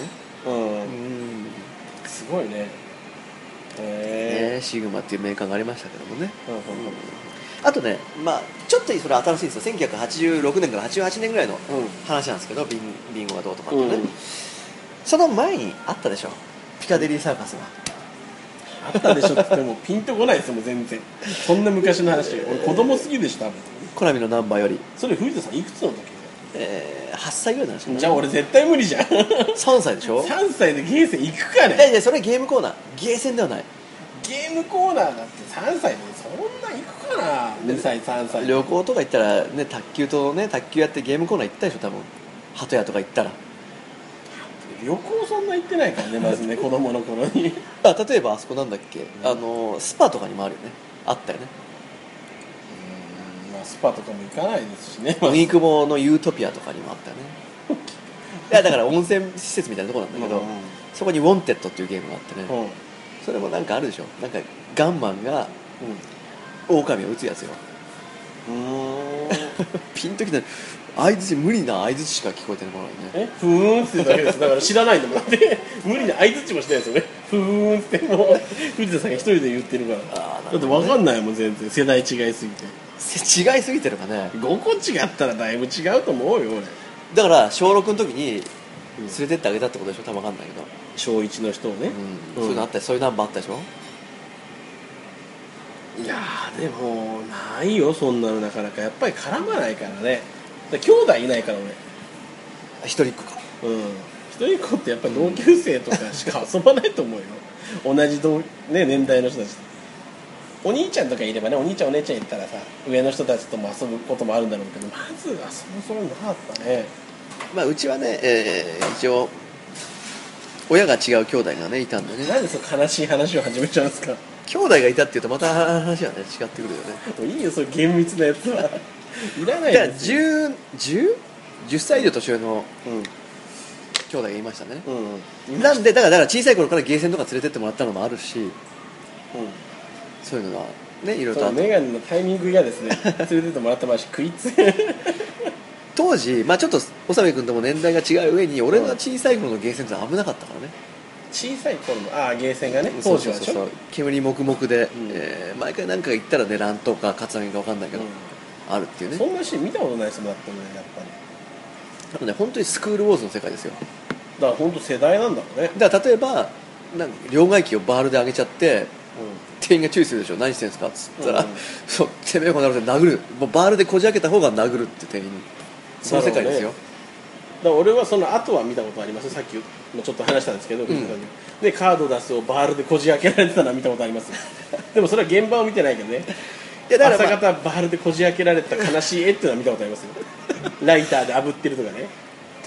Speaker 2: うん、
Speaker 1: うん
Speaker 2: すごいねへえ
Speaker 1: ねシグマっていうメーカーがありましたけどもね
Speaker 2: うんうんうん
Speaker 1: あとね、まあ、ちょっとそれ新しいんですよ1986年から88年ぐらいの
Speaker 2: うん
Speaker 1: 話なんですけどビンビンゴがどうとかってね、
Speaker 2: うん
Speaker 1: その前にあったでしょピカデリーサーカスが
Speaker 2: あったでしょって言ってもピンとこないですもん全然そんな昔の話俺子供すぎるでしょ多分
Speaker 1: コナミのナンバーより、
Speaker 2: それ藤田さんいくつの時
Speaker 1: えー、8歳ぐらいなんですかね
Speaker 2: じゃあ俺絶対無理じゃん3
Speaker 1: 3歳でしょ
Speaker 2: 歳でゲーセン行くか
Speaker 1: いや
Speaker 2: ね
Speaker 1: いやそれゲームコーナーゲーセンではない
Speaker 2: ゲームコーナーだって3歳でそんな行くかな2歳3歳
Speaker 1: 旅行とか行ったらね卓球とね卓球やってゲームコーナー行ったでしょ多分鳩屋とか行ったら
Speaker 2: 旅行そんな行ってないからねまず *laughs* ね子供の頃に
Speaker 1: あ例えばあそこなんだっけ、あのスパとかにもあるよねあったよね
Speaker 2: まあスパとかも行かないですしね、まあ、
Speaker 1: 荻窪のユートピアとかにもあった
Speaker 2: *laughs*
Speaker 1: よねいやだから温泉施設みたいなとこなんだけど、
Speaker 2: うんうん
Speaker 1: そこに「ウォンテッド」っていうゲームがあってね、
Speaker 2: *laughs* うんうん
Speaker 1: それもなんかあるでしょなんかガンマンが狼を撃つやつよ *laughs* ピンときた相づち無理な相づちしか聞こえてこないね
Speaker 2: えふーんって言うだけですだから知らないんだもんだって無理に相づちもしてないですよねふーんってもう藤田さんが一人で言ってるから
Speaker 1: あーな
Speaker 2: だ
Speaker 1: るほどね
Speaker 2: って分かんないもん全然世代違いすぎて
Speaker 1: せ違いすぎてるかね
Speaker 2: 5個違ったらだいぶ違うと思うよ俺
Speaker 1: だから小6の時に
Speaker 2: うん
Speaker 1: 連れてってあげたってことでしょ多分わかんないけど、
Speaker 2: 小1の人をね、
Speaker 1: うんそういうのあったりそういうナンバーあったでしょ
Speaker 2: いやーでもないよそんなのなかなかやっぱり絡まないからねだから兄弟いないから
Speaker 1: あ一人っ子か
Speaker 2: 俺うん一人っ子ってやっぱ同級生とかしか遊ばないと思うよ同じ同、ね、年代の人たちお兄ちゃんとかいればねお兄ちゃんお姉ちゃんいったらさ上の人たちとも遊ぶこともあるんだろうけどまずはそもそもなかったね
Speaker 1: まあうちはね、えー一応親が違う兄弟がねいたんでね
Speaker 2: なんでその悲しい話を始めちゃうんですか
Speaker 1: 兄弟がいたっていうとまた話はね違ってくるよね
Speaker 2: もういいよそういう厳密なやつはいらない
Speaker 1: だから
Speaker 2: ですよ、
Speaker 1: 1010 10歳以上年上の
Speaker 2: うん
Speaker 1: 兄弟がいましたね、
Speaker 2: うんうん
Speaker 1: なんでだからだから小さい頃からゲーセンとか連れてってもらったのもあるしそういうのがねいろいろと
Speaker 2: そ
Speaker 1: あ
Speaker 2: う
Speaker 1: っ
Speaker 2: メ
Speaker 1: て
Speaker 2: ガネのタイミング
Speaker 1: *laughs*
Speaker 2: がですね連れてってもらった話食いつい
Speaker 1: 当時、まあ、ちょっと修君とも年代が違う上に俺の小さい頃のゲーセンって危なかったからね、
Speaker 2: 小さい頃のああゲーセンがね
Speaker 1: そ
Speaker 2: 当
Speaker 1: う
Speaker 2: 時
Speaker 1: そう
Speaker 2: は
Speaker 1: そう
Speaker 2: ち
Speaker 1: そ
Speaker 2: ょっ
Speaker 1: う煙黙々で、
Speaker 2: ん
Speaker 1: えー毎回何か行ったらね乱闘かカツアゲか分かんないけ
Speaker 2: と
Speaker 1: ど、あるっていうね
Speaker 2: そんなシーン見たことないですもんだって俺やっぱり
Speaker 1: あのね本当にスクールウォーズの世界ですよ
Speaker 2: だから本当世代なんだろうね、
Speaker 1: だから例えばなんか両替機をバールで上げちゃって店員が注意するでしょ何してんですかっつったら、
Speaker 2: うん
Speaker 1: そうてめえこなるって殴るもうバールでこじ開けた方が殴るって店員その世界ですよ、
Speaker 2: だろだから俺はその後は見たことありますさっきもちょっと話したんですけど、藤田さんにでカード出すをバールでこじ開けられてたのは見たことあります
Speaker 1: *laughs*
Speaker 2: でもそれは現場を見てないけどね
Speaker 1: いやだから、まあ
Speaker 2: 朝方バールでこじ開けられた悲しい絵っていうのは見たことありますよライターで炙ってるとかね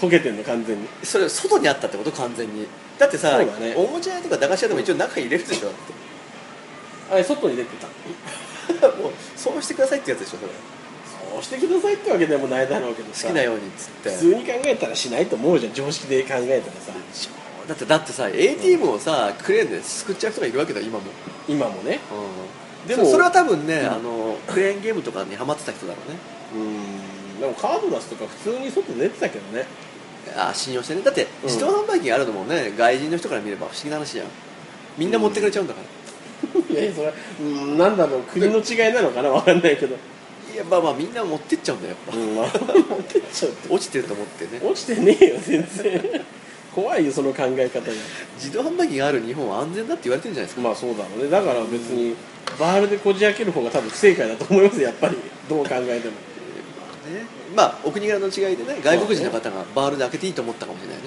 Speaker 2: 溶けてんの完全に
Speaker 1: それ外にあったってこと完全にだってさ、
Speaker 2: そうだね
Speaker 1: おもちゃ屋とか駄菓子屋でも一応中入れるでしょだっ
Speaker 2: あれ外に出てた
Speaker 1: て *laughs* もうそうしてくださいってやつでしょそれ
Speaker 2: そうしてくださいってわけでもないだろうけどさ
Speaker 1: 好きなようにっつって
Speaker 2: 普通に考えたらしないと思うじゃん常識で考えたらさ
Speaker 1: だってだってさ ATM をさクレーンですくっちゃう人がいるわけだよ今も、
Speaker 2: 今もね
Speaker 1: うん、で
Speaker 2: で
Speaker 1: も
Speaker 2: も
Speaker 1: それは多分ね、
Speaker 2: うん
Speaker 1: あのクレーンゲームとかにハマってた人だろうね
Speaker 2: うんでもカード出すとか普通に外出てたけどね
Speaker 1: あ信用してねだって
Speaker 2: うん
Speaker 1: 自動販売機があるのもね、外人の人から見れば不思議な話じゃんみんな持ってくれちゃうんだから、
Speaker 2: いやいやそれうんなんだろう国の違いなのかなわかんないけど、
Speaker 1: いやまあまあみんな持ってっちゃうんだよやっぱ、
Speaker 2: うん、持ってっちゃうって
Speaker 1: *laughs* 落ちてると思ってね
Speaker 2: 落ちてねえよ全然怖いよその考え方が
Speaker 1: 自動販売機がある日本は安全だって言われてるんじゃないですか
Speaker 2: まあそうだろうねだから別にバールでこじ開ける方が多分不正解だと思いますよやっぱりどう考えても
Speaker 1: ねまあお国柄の違いでね外国人の方がバールで開けていいと思ったかもしれないね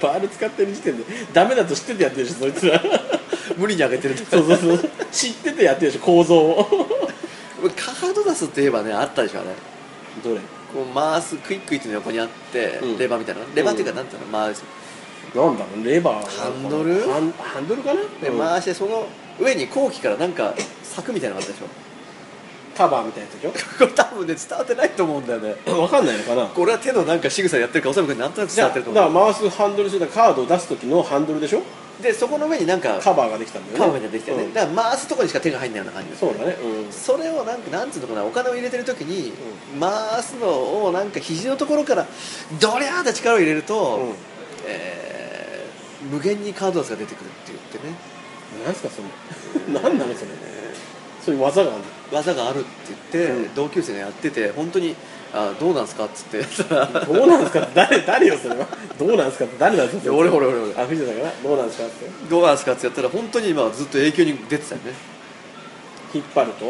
Speaker 2: バール使ってる時点でダメだと知っててやってるでしょそいつら
Speaker 1: 無理に開けて *laughs* ると
Speaker 2: そうそうそう知っててやってるでしょ構造を
Speaker 1: カード出すって言えばねあったでしょあれ
Speaker 2: *laughs* どれ
Speaker 1: こう回すクイックイっていうの横にあって、
Speaker 2: うん
Speaker 1: レバーみたいなレバーっていうかなんていうの回す
Speaker 2: なんだろうレバー
Speaker 1: ハンドル
Speaker 2: ハンハンドルかな、
Speaker 1: で
Speaker 2: うん
Speaker 1: 回してその上に後期からなんか柵みたいなのがあったでしょ *laughs*
Speaker 2: カバーみたいなやつでしょ
Speaker 1: これ多分ね伝わってないと思うんだよね
Speaker 2: *laughs* 分かんないのかな
Speaker 1: これは手のなんか仕草やってるからおそらくなんとなく
Speaker 2: じ
Speaker 1: 伝
Speaker 2: ゃ
Speaker 1: わっ
Speaker 2: あ
Speaker 1: て
Speaker 2: だ
Speaker 1: ると
Speaker 2: か
Speaker 1: 思
Speaker 2: ら回すハンドルしてたカードを出す時のハンドルでしょ
Speaker 1: うでそこの上になんか
Speaker 2: カバーができたんだよね
Speaker 1: カバーみたいなのできてね、
Speaker 2: うん
Speaker 1: だから回すとこにしか手が入んないような感じ
Speaker 2: そうだねうん
Speaker 1: それをなんかなんつうのかなお金を入れてる時に、回すのをなんか肘のところからドリャーって力を入れると、
Speaker 2: うん
Speaker 1: えー無限にカード数が出てくるって言ってね
Speaker 2: 何すかそ *laughs* れ何なのそれそういう技がある
Speaker 1: 技があるって言って、
Speaker 2: うん
Speaker 1: 同級生がやってて本当にあどうなんすかっつ *laughs* って言ったら
Speaker 2: のどうなんすかって誰誰よそれはどうなんすかって誰なんすかっ
Speaker 1: い
Speaker 2: て
Speaker 1: や俺俺俺俺
Speaker 2: あ藤田さんがなどうなんすかって
Speaker 1: どうなんすかってやったら本当に今はずっと永久に出てたよね
Speaker 2: 引っ張ると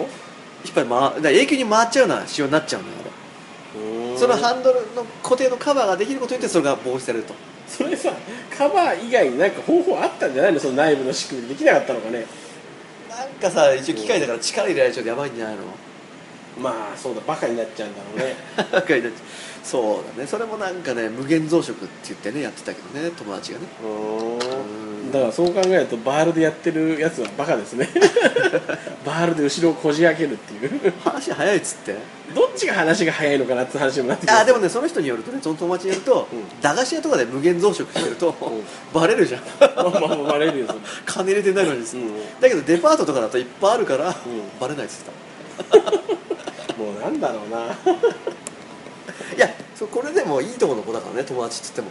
Speaker 1: 引っ張り回だから永久に回っちゃうような仕様になっちゃうんだよあれそのハンドルの固定のカバーができることによってそれが防止されると
Speaker 2: それさカバー以外になんか方法あったんじゃないのその内部の仕組みできなかったのかね
Speaker 1: なんかさ一応機械だから力入れられちゃうとやばいんじゃないの
Speaker 2: まあそうだバカになっちゃうんだろうね
Speaker 1: *laughs* なんか入れちゃうそうだねそれもなんかね無限増殖って言ってねやってたけどね友達がね
Speaker 2: うんだからそう考えるとバールでやってるやつはバカです
Speaker 1: *laughs*
Speaker 2: ねバールで後ろをこじ開けるっていう
Speaker 1: 話早いっつって
Speaker 2: どっちが話が早いのかなって話にもなってきます
Speaker 1: あでもねその人によるとねその友達によると、
Speaker 2: うん
Speaker 1: 駄菓子屋とかで無限増殖してると、
Speaker 2: ん
Speaker 1: バレるじゃん *laughs*
Speaker 2: まあまあバレるよそれ
Speaker 1: 金入れてないのに、
Speaker 2: うん
Speaker 1: だけどデパートとかだといっぱいあるから、
Speaker 2: ん
Speaker 1: バレないっつって
Speaker 2: もうなんだろうな
Speaker 1: たいやそうこれでもいいとこの子だからね友達っつっても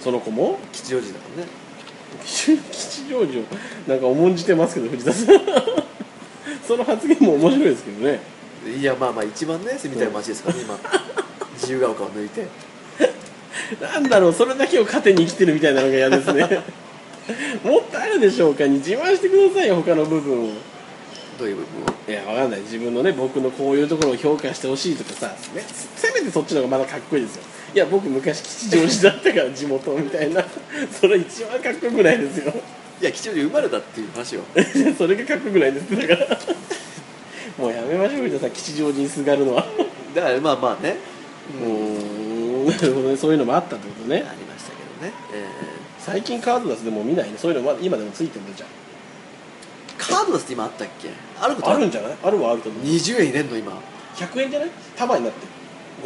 Speaker 2: その子も
Speaker 1: 吉祥寺だからね
Speaker 2: 吉祥寺をなんか重んじてますけど藤田さんその発言も面白いですけどね
Speaker 1: いやまあまあ一番ね住みたい街ですからね、今自由が丘を抜いて
Speaker 2: なんだろうそれだけを糧に生きてるみたいなのが嫌ですね *laughs* もっとあるでしょうかに自慢してくださいよ他の部分を
Speaker 1: どういう部分を
Speaker 2: いやわかんない自分のね僕のこういうところを評価してほしいとかさめせめてそっちの方がまだかっこいいですよいや僕昔吉祥寺だったから地元みたいなそれ一番かっこよくないですよ *laughs*
Speaker 1: いや吉祥寺生まれたっていう話を
Speaker 2: いやそれがかっこよくないですだからもうやめましょう皆さん吉祥寺にすがるのは
Speaker 1: だからまあまあね
Speaker 2: うーんなるほどねそういうのもあったってことね
Speaker 1: ありましたけどね、え
Speaker 2: 最近カード出すでもう見ないねそういうのまだ今でもついてるのじゃん
Speaker 1: ーカードだって今あったっけあること
Speaker 2: あるんじゃないあるはあると思う
Speaker 1: 20円入れんの今
Speaker 2: 100円じゃない束になって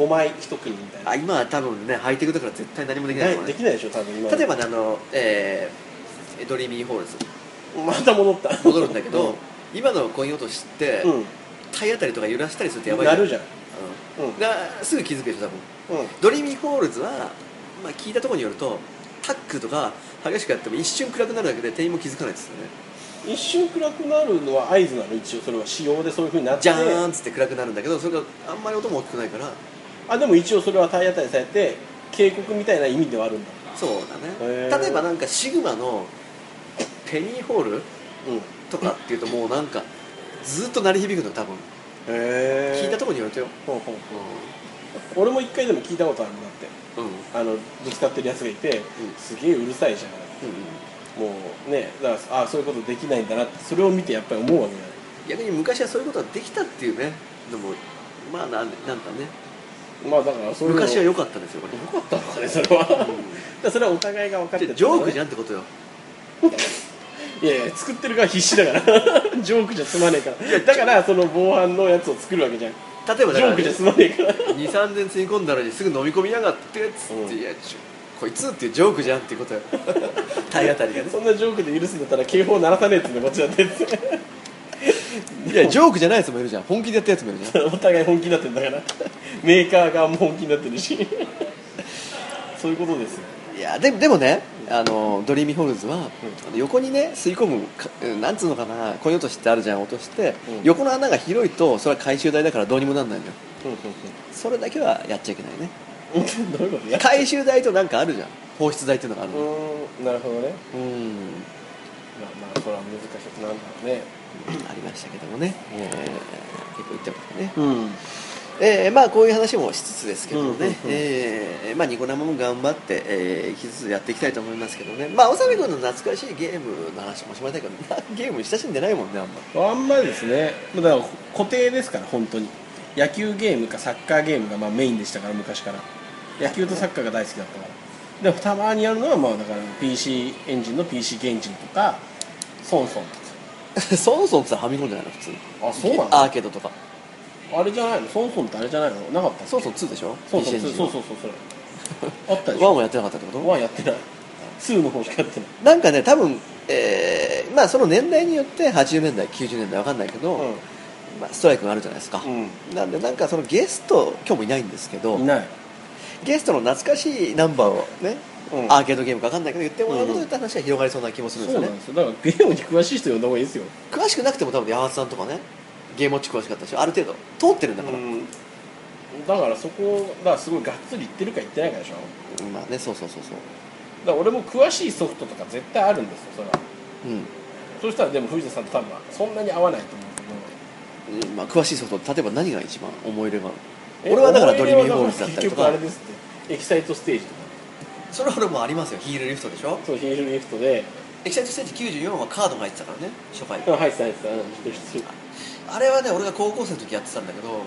Speaker 2: る5枚1組みたいな
Speaker 1: あ今は多分ねハイテクだから絶対何もできないと
Speaker 2: な
Speaker 1: 思
Speaker 2: いうで
Speaker 1: ね
Speaker 2: きないでしょ多分今
Speaker 1: 例えばねあの、えードリーミーホールズ
Speaker 2: また戻った
Speaker 1: 戻るんだけど今のコイン落としって、
Speaker 2: うん
Speaker 1: 体当たりとか揺らしたりするとやばい
Speaker 2: なるじゃん
Speaker 1: うん
Speaker 2: うん
Speaker 1: だからすぐ気づくでしょ多分
Speaker 2: うん
Speaker 1: ドリーミーホールズは、まあ、聞いたところによるとタックとか激しくやっても一瞬暗くなるだけで店員も気づかないですよね
Speaker 2: 一瞬暗くなるのは合図なの一応それは仕様でそういうふうになって
Speaker 1: ジャーンっつって暗くなるんだけどそれがあんまり音も大きくないから
Speaker 2: あでも一応それは体当たりされて警告みたいな意味ではあるんだ
Speaker 1: そう
Speaker 2: へ
Speaker 1: だ
Speaker 2: ー
Speaker 1: ね例えばなんかシグマのペニーホール
Speaker 2: うんへ
Speaker 1: とかっていうともうなんかずっと鳴り響くの多分
Speaker 2: え
Speaker 1: 聞いたと
Speaker 2: こ
Speaker 1: ころによるとよ、
Speaker 2: ほうほう俺も一回でも聞いたことあるなって
Speaker 1: うんうん
Speaker 2: あのぶつかってるやつがいて、すげえうるさいじゃん
Speaker 1: うんうん
Speaker 2: もうねだからああそういうことできないんだなってそれを見てやっぱり思うわけじゃない
Speaker 1: 逆に昔はそういうことができたっていうねのもまあなんなんかね
Speaker 2: まあだからそういうの
Speaker 1: 昔は
Speaker 2: よ
Speaker 1: 良かったですよこれ
Speaker 2: かったのかねそれは、だからそれはお互いが分かって
Speaker 1: じゃ
Speaker 2: た
Speaker 1: あジョークじ
Speaker 2: ゃ
Speaker 1: ゃんってことよ
Speaker 2: いやいや作ってる側必死だから *laughs* ジョークじゃ済まねえからだからその防犯のやつを作るわけじゃん
Speaker 1: 例えばだ
Speaker 2: ジ
Speaker 1: から、
Speaker 2: ョー
Speaker 1: ね
Speaker 2: クじゃ済まねえから
Speaker 1: 2 3年つぎ込んだのにすぐ飲み込みやがってっつって、
Speaker 2: うん
Speaker 1: いやちょこいつっていうジョークじゃんっていうこと *laughs* よ体当たりがね
Speaker 2: そんなジョークで許すんだったら警報鳴らさねえっつってこっちだって
Speaker 1: いやジョークじゃないやつもいるじゃん本気でやったやつもいるじゃん
Speaker 2: お互い本気になってんだからメーカー側も本気になってるしそういうことですよ
Speaker 1: いやでもでもねあのドリーミーホールズは、あの横にね吸い込むかうんなんつうのかなコイン落としってあるじゃん落として、
Speaker 2: うん
Speaker 1: 横の穴が広いとそれは回収台だからどうにもなんないのよ
Speaker 2: うんうん
Speaker 1: それだけはやっちゃいけないね
Speaker 2: うん *laughs* どういうことや
Speaker 1: 回収台となんかあるじゃん放出台っていうのがある
Speaker 2: う
Speaker 1: の
Speaker 2: ーんなるほどね
Speaker 1: うん
Speaker 2: まあまあそれは難しくなんだろうね
Speaker 1: ありましたけどもね、えー結構言ってましたね
Speaker 2: うん
Speaker 1: えーまあこういう話もしつつですけどね、
Speaker 2: うんうんうん
Speaker 1: えーまあ、ニコ生も頑張って、えー、引き続きやっていきたいと思いますけどねまあ長見君の懐かしいゲームの話もしましたけどなゲームに親しんでないもんねあんま
Speaker 2: あんまりですねだから固定ですから本当に野球ゲームかサッカーゲームがまあメインでしたから昔から野球とサッカーが大好きだったからでたまにやるのはまあだから PC エンジンの PC ゲンジンとかソンソンと
Speaker 1: *laughs* りソンソンってさファミコンじゃないの普通
Speaker 2: かあそうなの
Speaker 1: ア
Speaker 2: あ
Speaker 1: ーケードとか
Speaker 2: れじゃないのソンソンってあれじゃないのなかったっけ
Speaker 1: ソンソン2でしょ
Speaker 2: ソンソ
Speaker 1: PC
Speaker 2: ン2
Speaker 1: エンジン
Speaker 2: そうそうそうそれ
Speaker 1: *laughs*
Speaker 2: あったでし
Speaker 1: ワン
Speaker 2: ょ
Speaker 1: もやってなかったってこと
Speaker 2: ワンやってない2の方しかやってない
Speaker 1: なんかね多分、えーまあその年代によって80年代90年代わかんないけど、まあ、ストライクがあるじゃないですか、
Speaker 2: う
Speaker 1: なんでなんかそのゲスト今日もいないんですけど
Speaker 2: うんいない
Speaker 1: ゲストの懐かしいナンバーをね、
Speaker 2: うん
Speaker 1: アーケードゲームか分かんないけど言ってもらうこ
Speaker 2: うん
Speaker 1: と
Speaker 2: うん
Speaker 1: で話が広がりそうな気もするんで
Speaker 2: そ
Speaker 1: すよ
Speaker 2: うな
Speaker 1: ね
Speaker 2: ん、ですよだからゲームに詳しい人呼んだ方がいいですよ
Speaker 1: 詳しくなくても多分八幡さんとかねゲームウォッチ詳しかったでしょある程度通ってるんだから、
Speaker 2: うん、だからそこだからすごいがっつりいってるかいってないかでしょだ
Speaker 1: まあねそうそうそうそう
Speaker 2: から俺も詳しいソフトとか絶対あるんですよそれは
Speaker 1: う
Speaker 2: そしたらでも藤田さんと多分そんなに合わないと思う
Speaker 1: うん、まあ、詳しいソフト例えば何が一番思い入れがある
Speaker 2: けど
Speaker 1: 俺はだから
Speaker 2: え
Speaker 1: ドリーミーホールズだったりと
Speaker 2: 俺は
Speaker 1: か
Speaker 2: だら結局あれですってエキサイトステージとか
Speaker 1: それほどもありますよヒールリフトでしょ
Speaker 2: そうヒールリフトで
Speaker 1: エキサイトステージ94はカードが入ってたからね初回
Speaker 2: うん入ってた入ってたうん知ってる知ってる
Speaker 1: あれはね俺が高校生の時やってたんだけど、
Speaker 2: うん
Speaker 1: いや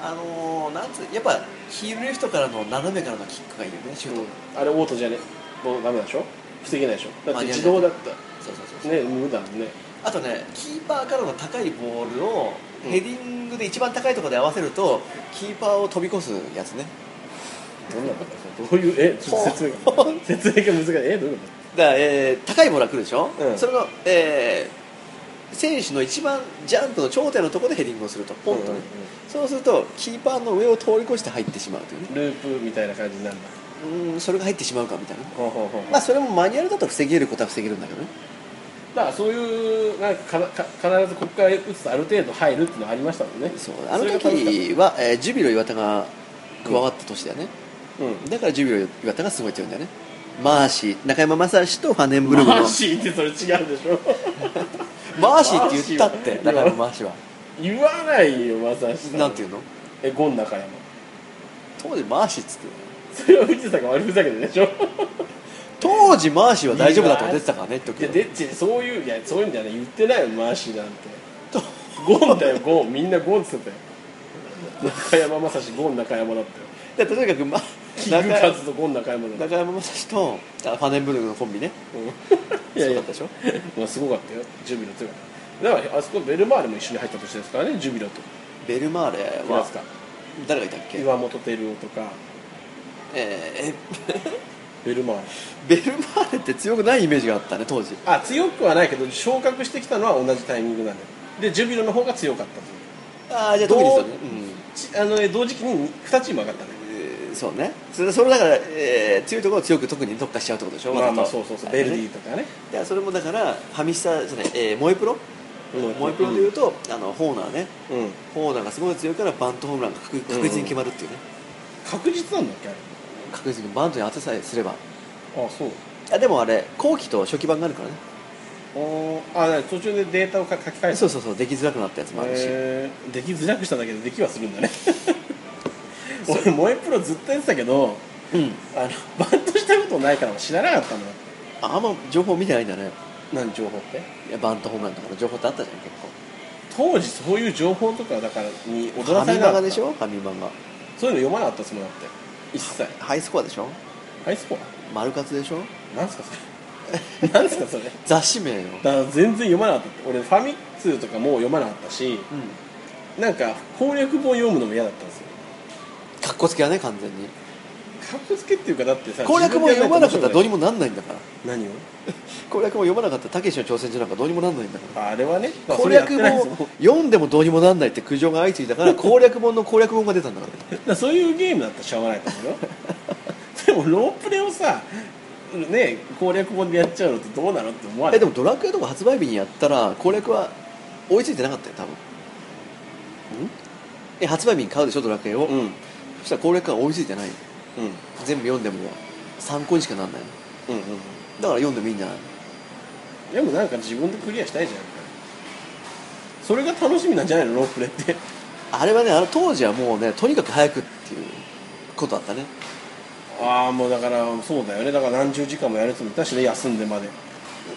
Speaker 1: あのーなんつうやっぱヒールリフトからの斜めからのキックがいいよねシュート、
Speaker 2: うんあれオートじゃねもうダメだでしょ防げないでしょだって自動だった
Speaker 1: そうそうそうそう
Speaker 2: ね無駄だもんね
Speaker 1: あとねキーパーからの高いボールをヘディングで一番高いところで合わせるとキーパーを飛び越すやつね
Speaker 2: どんなことどういうえちょっと説明
Speaker 1: *laughs*
Speaker 2: が説明が難しいえどういうこ
Speaker 1: だから、えー高いボールが来るでしょ、
Speaker 2: うん
Speaker 1: それの、えー選手の一番ジャンプの頂点のところでヘディングをすると
Speaker 2: と
Speaker 1: ポンとね、そうするとキーパーの上を通り越して入ってしまうというね
Speaker 2: ループみたいな感じになるんだ
Speaker 1: うーんそれが入ってしまうかみたいな
Speaker 2: ほうほうほう
Speaker 1: まあそれもマニュアルだと防げることは防げるんだけどね
Speaker 2: だからそういうなんかかか必ずここから打つとある程度入るっていうのはありましたもんね
Speaker 1: そうあの
Speaker 2: それが楽し
Speaker 1: 時は、えージュビロ磐田が加わった年だよね、
Speaker 2: かっ
Speaker 1: だからジュビロ磐田がすごいって言うんだよねマーシー中山雅史とファネン
Speaker 2: た
Speaker 1: ブルグの
Speaker 2: マーシーってそれ違うでしょ *laughs*
Speaker 1: マーシーって言ったって
Speaker 2: マーシーは
Speaker 1: 中山マーシーは
Speaker 2: 言わないよマサシ
Speaker 1: なんて
Speaker 2: い
Speaker 1: 言
Speaker 2: う
Speaker 1: うの
Speaker 2: えゴン中山
Speaker 1: 当時マーシーっつってたよ
Speaker 2: それは藤田さんが悪ふざけてで
Speaker 1: *laughs*
Speaker 2: しょ
Speaker 1: 当時マーシーは大丈夫だとか出てたからね一
Speaker 2: いや
Speaker 1: 時
Speaker 2: でちそういういやそういうんじゃない言ってないよマーシーなんて
Speaker 1: と
Speaker 2: ゴンだよゴンみんなゴンっつってたよ中山マサシゴン中山だったよ
Speaker 1: だとにかく、 *laughs* ま、
Speaker 2: キングカ
Speaker 1: 中
Speaker 2: ズとゴン中山だったよ
Speaker 1: 中山雅史とあファネンブルグのコンビね
Speaker 2: *laughs* うんいやい
Speaker 1: すごか
Speaker 2: や
Speaker 1: ったでしょ
Speaker 2: まあすごかったよジュビロ強かっただからあそこベルマーレも一緒に入った年ですからねジュビロと
Speaker 1: ベルマーレ
Speaker 2: いま
Speaker 1: は
Speaker 2: すか
Speaker 1: 誰がいたっけ
Speaker 2: 岩本照夫とか
Speaker 1: えーえ
Speaker 2: ベルマーレ
Speaker 1: ベルマーレって強くないイメージがあったね当時
Speaker 2: あ強くはないけど昇格してきたのは同じタイミングなんだよでジュビロの方が強かったという
Speaker 1: ああじゃあ特にそうね
Speaker 2: どう
Speaker 1: うん
Speaker 2: ちあのね同時期に2チーム上がったね
Speaker 1: えーそうねそれそれだから、えー強いところを強く特に特化しちゃうってことでしょ
Speaker 2: まあまあ
Speaker 1: わざ
Speaker 2: そ
Speaker 1: と
Speaker 2: うそうそうベルディ
Speaker 1: ね
Speaker 2: とかね
Speaker 1: いやそれもだからファミスタじゃない、えーモエプロ
Speaker 2: うん
Speaker 1: モエプロでいうと、あのホーナーね
Speaker 2: うん
Speaker 1: ホーナーがすごい強いからバントホームランが確確実に決まるっていうね、
Speaker 2: 確実なんだっけあれ
Speaker 1: 確実にバントに当てさえすれば
Speaker 2: あそう
Speaker 1: あでもあれ後期と初期版があるからね
Speaker 2: おーあだから途中でデータを書き換えた
Speaker 1: そうそうそうできづらくなったやつもあるし、
Speaker 2: へーできづらくしたんだけどできはするん
Speaker 1: *laughs*
Speaker 2: だね俺萌えプロずっとやってたけど
Speaker 1: うん
Speaker 2: あのバントしたことないから知らなかったのよ
Speaker 1: ああんま情報見てないんだね
Speaker 2: 何情報って
Speaker 1: いやバントホームランとかの情報ってあったじゃん結構
Speaker 2: 当時そういう情報とかだからに
Speaker 1: フ
Speaker 2: 踊ら
Speaker 1: ァ
Speaker 2: され
Speaker 1: ミ
Speaker 2: な
Speaker 1: マガ
Speaker 2: かった
Speaker 1: でしょファミマガ
Speaker 2: そういうの読まなかったつもりだって一切
Speaker 1: ハイスコアでしょ
Speaker 2: アイスコ
Speaker 1: マルカツでしょ
Speaker 2: アなんすかそれ *laughs* なんすかそれだか
Speaker 1: 雑誌名よ、
Speaker 2: ら全然読まなかったって俺ファミ通とかも読まなかったし
Speaker 1: うん、
Speaker 2: なんか攻略本読むのも嫌だったんですよ
Speaker 1: かっこつけはね完全に
Speaker 2: かっこつけっていうかだってさ
Speaker 1: 攻略も読まなかったらどうに
Speaker 2: も
Speaker 1: もなんないんだから
Speaker 2: 何を
Speaker 1: 攻略も読まなかったらたけしの挑戦状なんかどうにもなんないんだから
Speaker 2: ああれはね、まあ
Speaker 1: 攻
Speaker 2: それやって
Speaker 1: 略
Speaker 2: ないですよ
Speaker 1: も読んでもどうにもなんないって苦情が相次いだから攻略本の攻略本が出たんだから
Speaker 2: だからそういうゲームだったらしょうがないと思うよ *laughs* でもロープレをさね攻略本でやっちゃうのってどうなのって思わない
Speaker 1: えでもドラクエとか発売日にやったら攻略は追いついてなかったよ多分んえ発売日に買うでしょドラクエを、
Speaker 2: うんうん
Speaker 1: そしたら攻略は追いついてない全部読んでも参考にしかなんない
Speaker 2: うんうん
Speaker 1: だから読んでもいいんじゃない
Speaker 2: でもなんか自分でクリアしたいじゃんそれが楽しみなんじゃないのロープレって
Speaker 1: あれはねあの当時はもうねとにかく早くっていうことだったね
Speaker 2: *laughs* ああもうだからそうだよねだから何十時間もやる人もいたしね休んでまで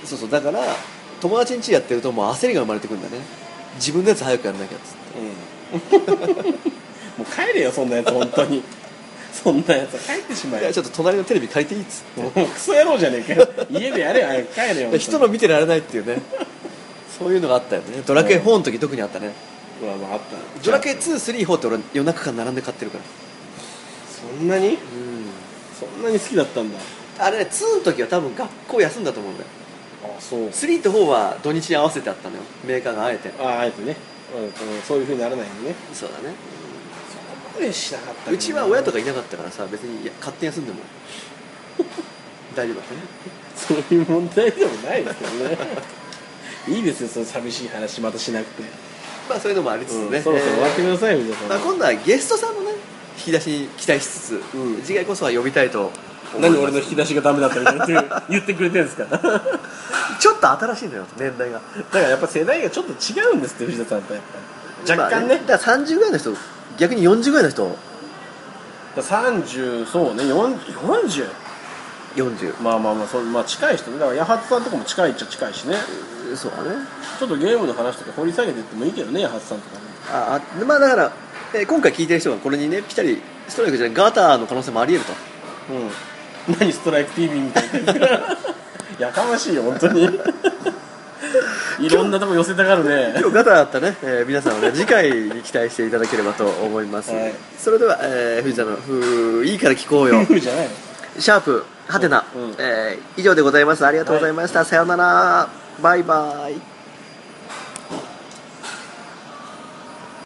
Speaker 1: そうそうだから友達ん家やってるともう焦りが生まれてくるんだね自分のやつ早くやんなきゃっつって
Speaker 2: うん *laughs* もう帰れよそんなやつ本当 *laughs* にそんなやつは帰ってしま
Speaker 1: い
Speaker 2: えよ
Speaker 1: やちょっと隣のテレビ借りていいっつ
Speaker 2: もうクソ野郎じゃねえかよ *laughs* 家でやれよ早く帰れ
Speaker 1: っ
Speaker 2: よ
Speaker 1: て人の見てられないってい
Speaker 2: *laughs*
Speaker 1: うねそういうのがあったよねドラクエ4の時特にあったね
Speaker 2: まあまああったな
Speaker 1: ドラクエ234って俺夜中から並んで買ってるから
Speaker 2: そんなに
Speaker 1: うん
Speaker 2: そんなに好きだったんだ
Speaker 1: あれね2の時は多分学校休んだと思うんだよ
Speaker 2: あそう
Speaker 1: 3と4は土日に合わせてあったのよメーカーがあえて
Speaker 2: ああえてね、うんうん、そういうふうにならないようにね
Speaker 1: そうだね
Speaker 2: そこまでしなかった
Speaker 1: うちは親と
Speaker 2: か
Speaker 1: かいなかったからさ別にいや勝手に休
Speaker 2: *laughs*
Speaker 1: んでも大丈夫だったね
Speaker 2: そういう問題でもないですけどねいいですよその寂しい話またしなくて、
Speaker 1: まあそういうのもありつつ
Speaker 2: うん
Speaker 1: ね、
Speaker 2: そろそろ終わってくださいみ
Speaker 1: えー
Speaker 2: た
Speaker 1: ま
Speaker 2: い
Speaker 1: あ、
Speaker 2: な
Speaker 1: 今度はゲストさんのね引き出しに期待しつつ、
Speaker 2: うん
Speaker 1: 次回こそは呼びたいと思います
Speaker 2: 何俺の引き出しがダメだったみたいな言って *laughs* 言ってくれてるんですかだか
Speaker 1: ちょっと新しいのよ年代が
Speaker 2: らやっぱ世代がちょっと違うんですって藤田さんとやっぱ若干
Speaker 1: ま
Speaker 2: ね,、
Speaker 1: あだから30ぐらいの人逆に40ぐらいの人
Speaker 2: 30そうね40 40
Speaker 1: 40
Speaker 2: まあまあまあそう、まあ、近い人ねだから八幡さんとかも近いっちゃ近いしね
Speaker 1: そうだね
Speaker 2: ちょっとゲームの話とか掘り下げてってもいいけどね、ハツさんとかね。
Speaker 1: ああまあだから、えー今回聞いてる人がこれにねぴったりストライクじゃないガターの可能性もあり得る
Speaker 2: うん。何ストライク TV みたいな。 *laughs* やかましいよ、本当に。 *laughs* いろんなとこ寄せたがる *laughs*
Speaker 1: と
Speaker 2: ね。
Speaker 1: 今日ガターだったね、えー皆さんはね次回に期待していただければと思います、
Speaker 2: はい
Speaker 1: それでは、えー、藤田の「ふーいいから聞こうよ」
Speaker 2: 夫婦じゃないの。
Speaker 1: *laughs* シャープはてな、
Speaker 2: うん
Speaker 1: えー以上でございますありがとうございました、さようならバイバイ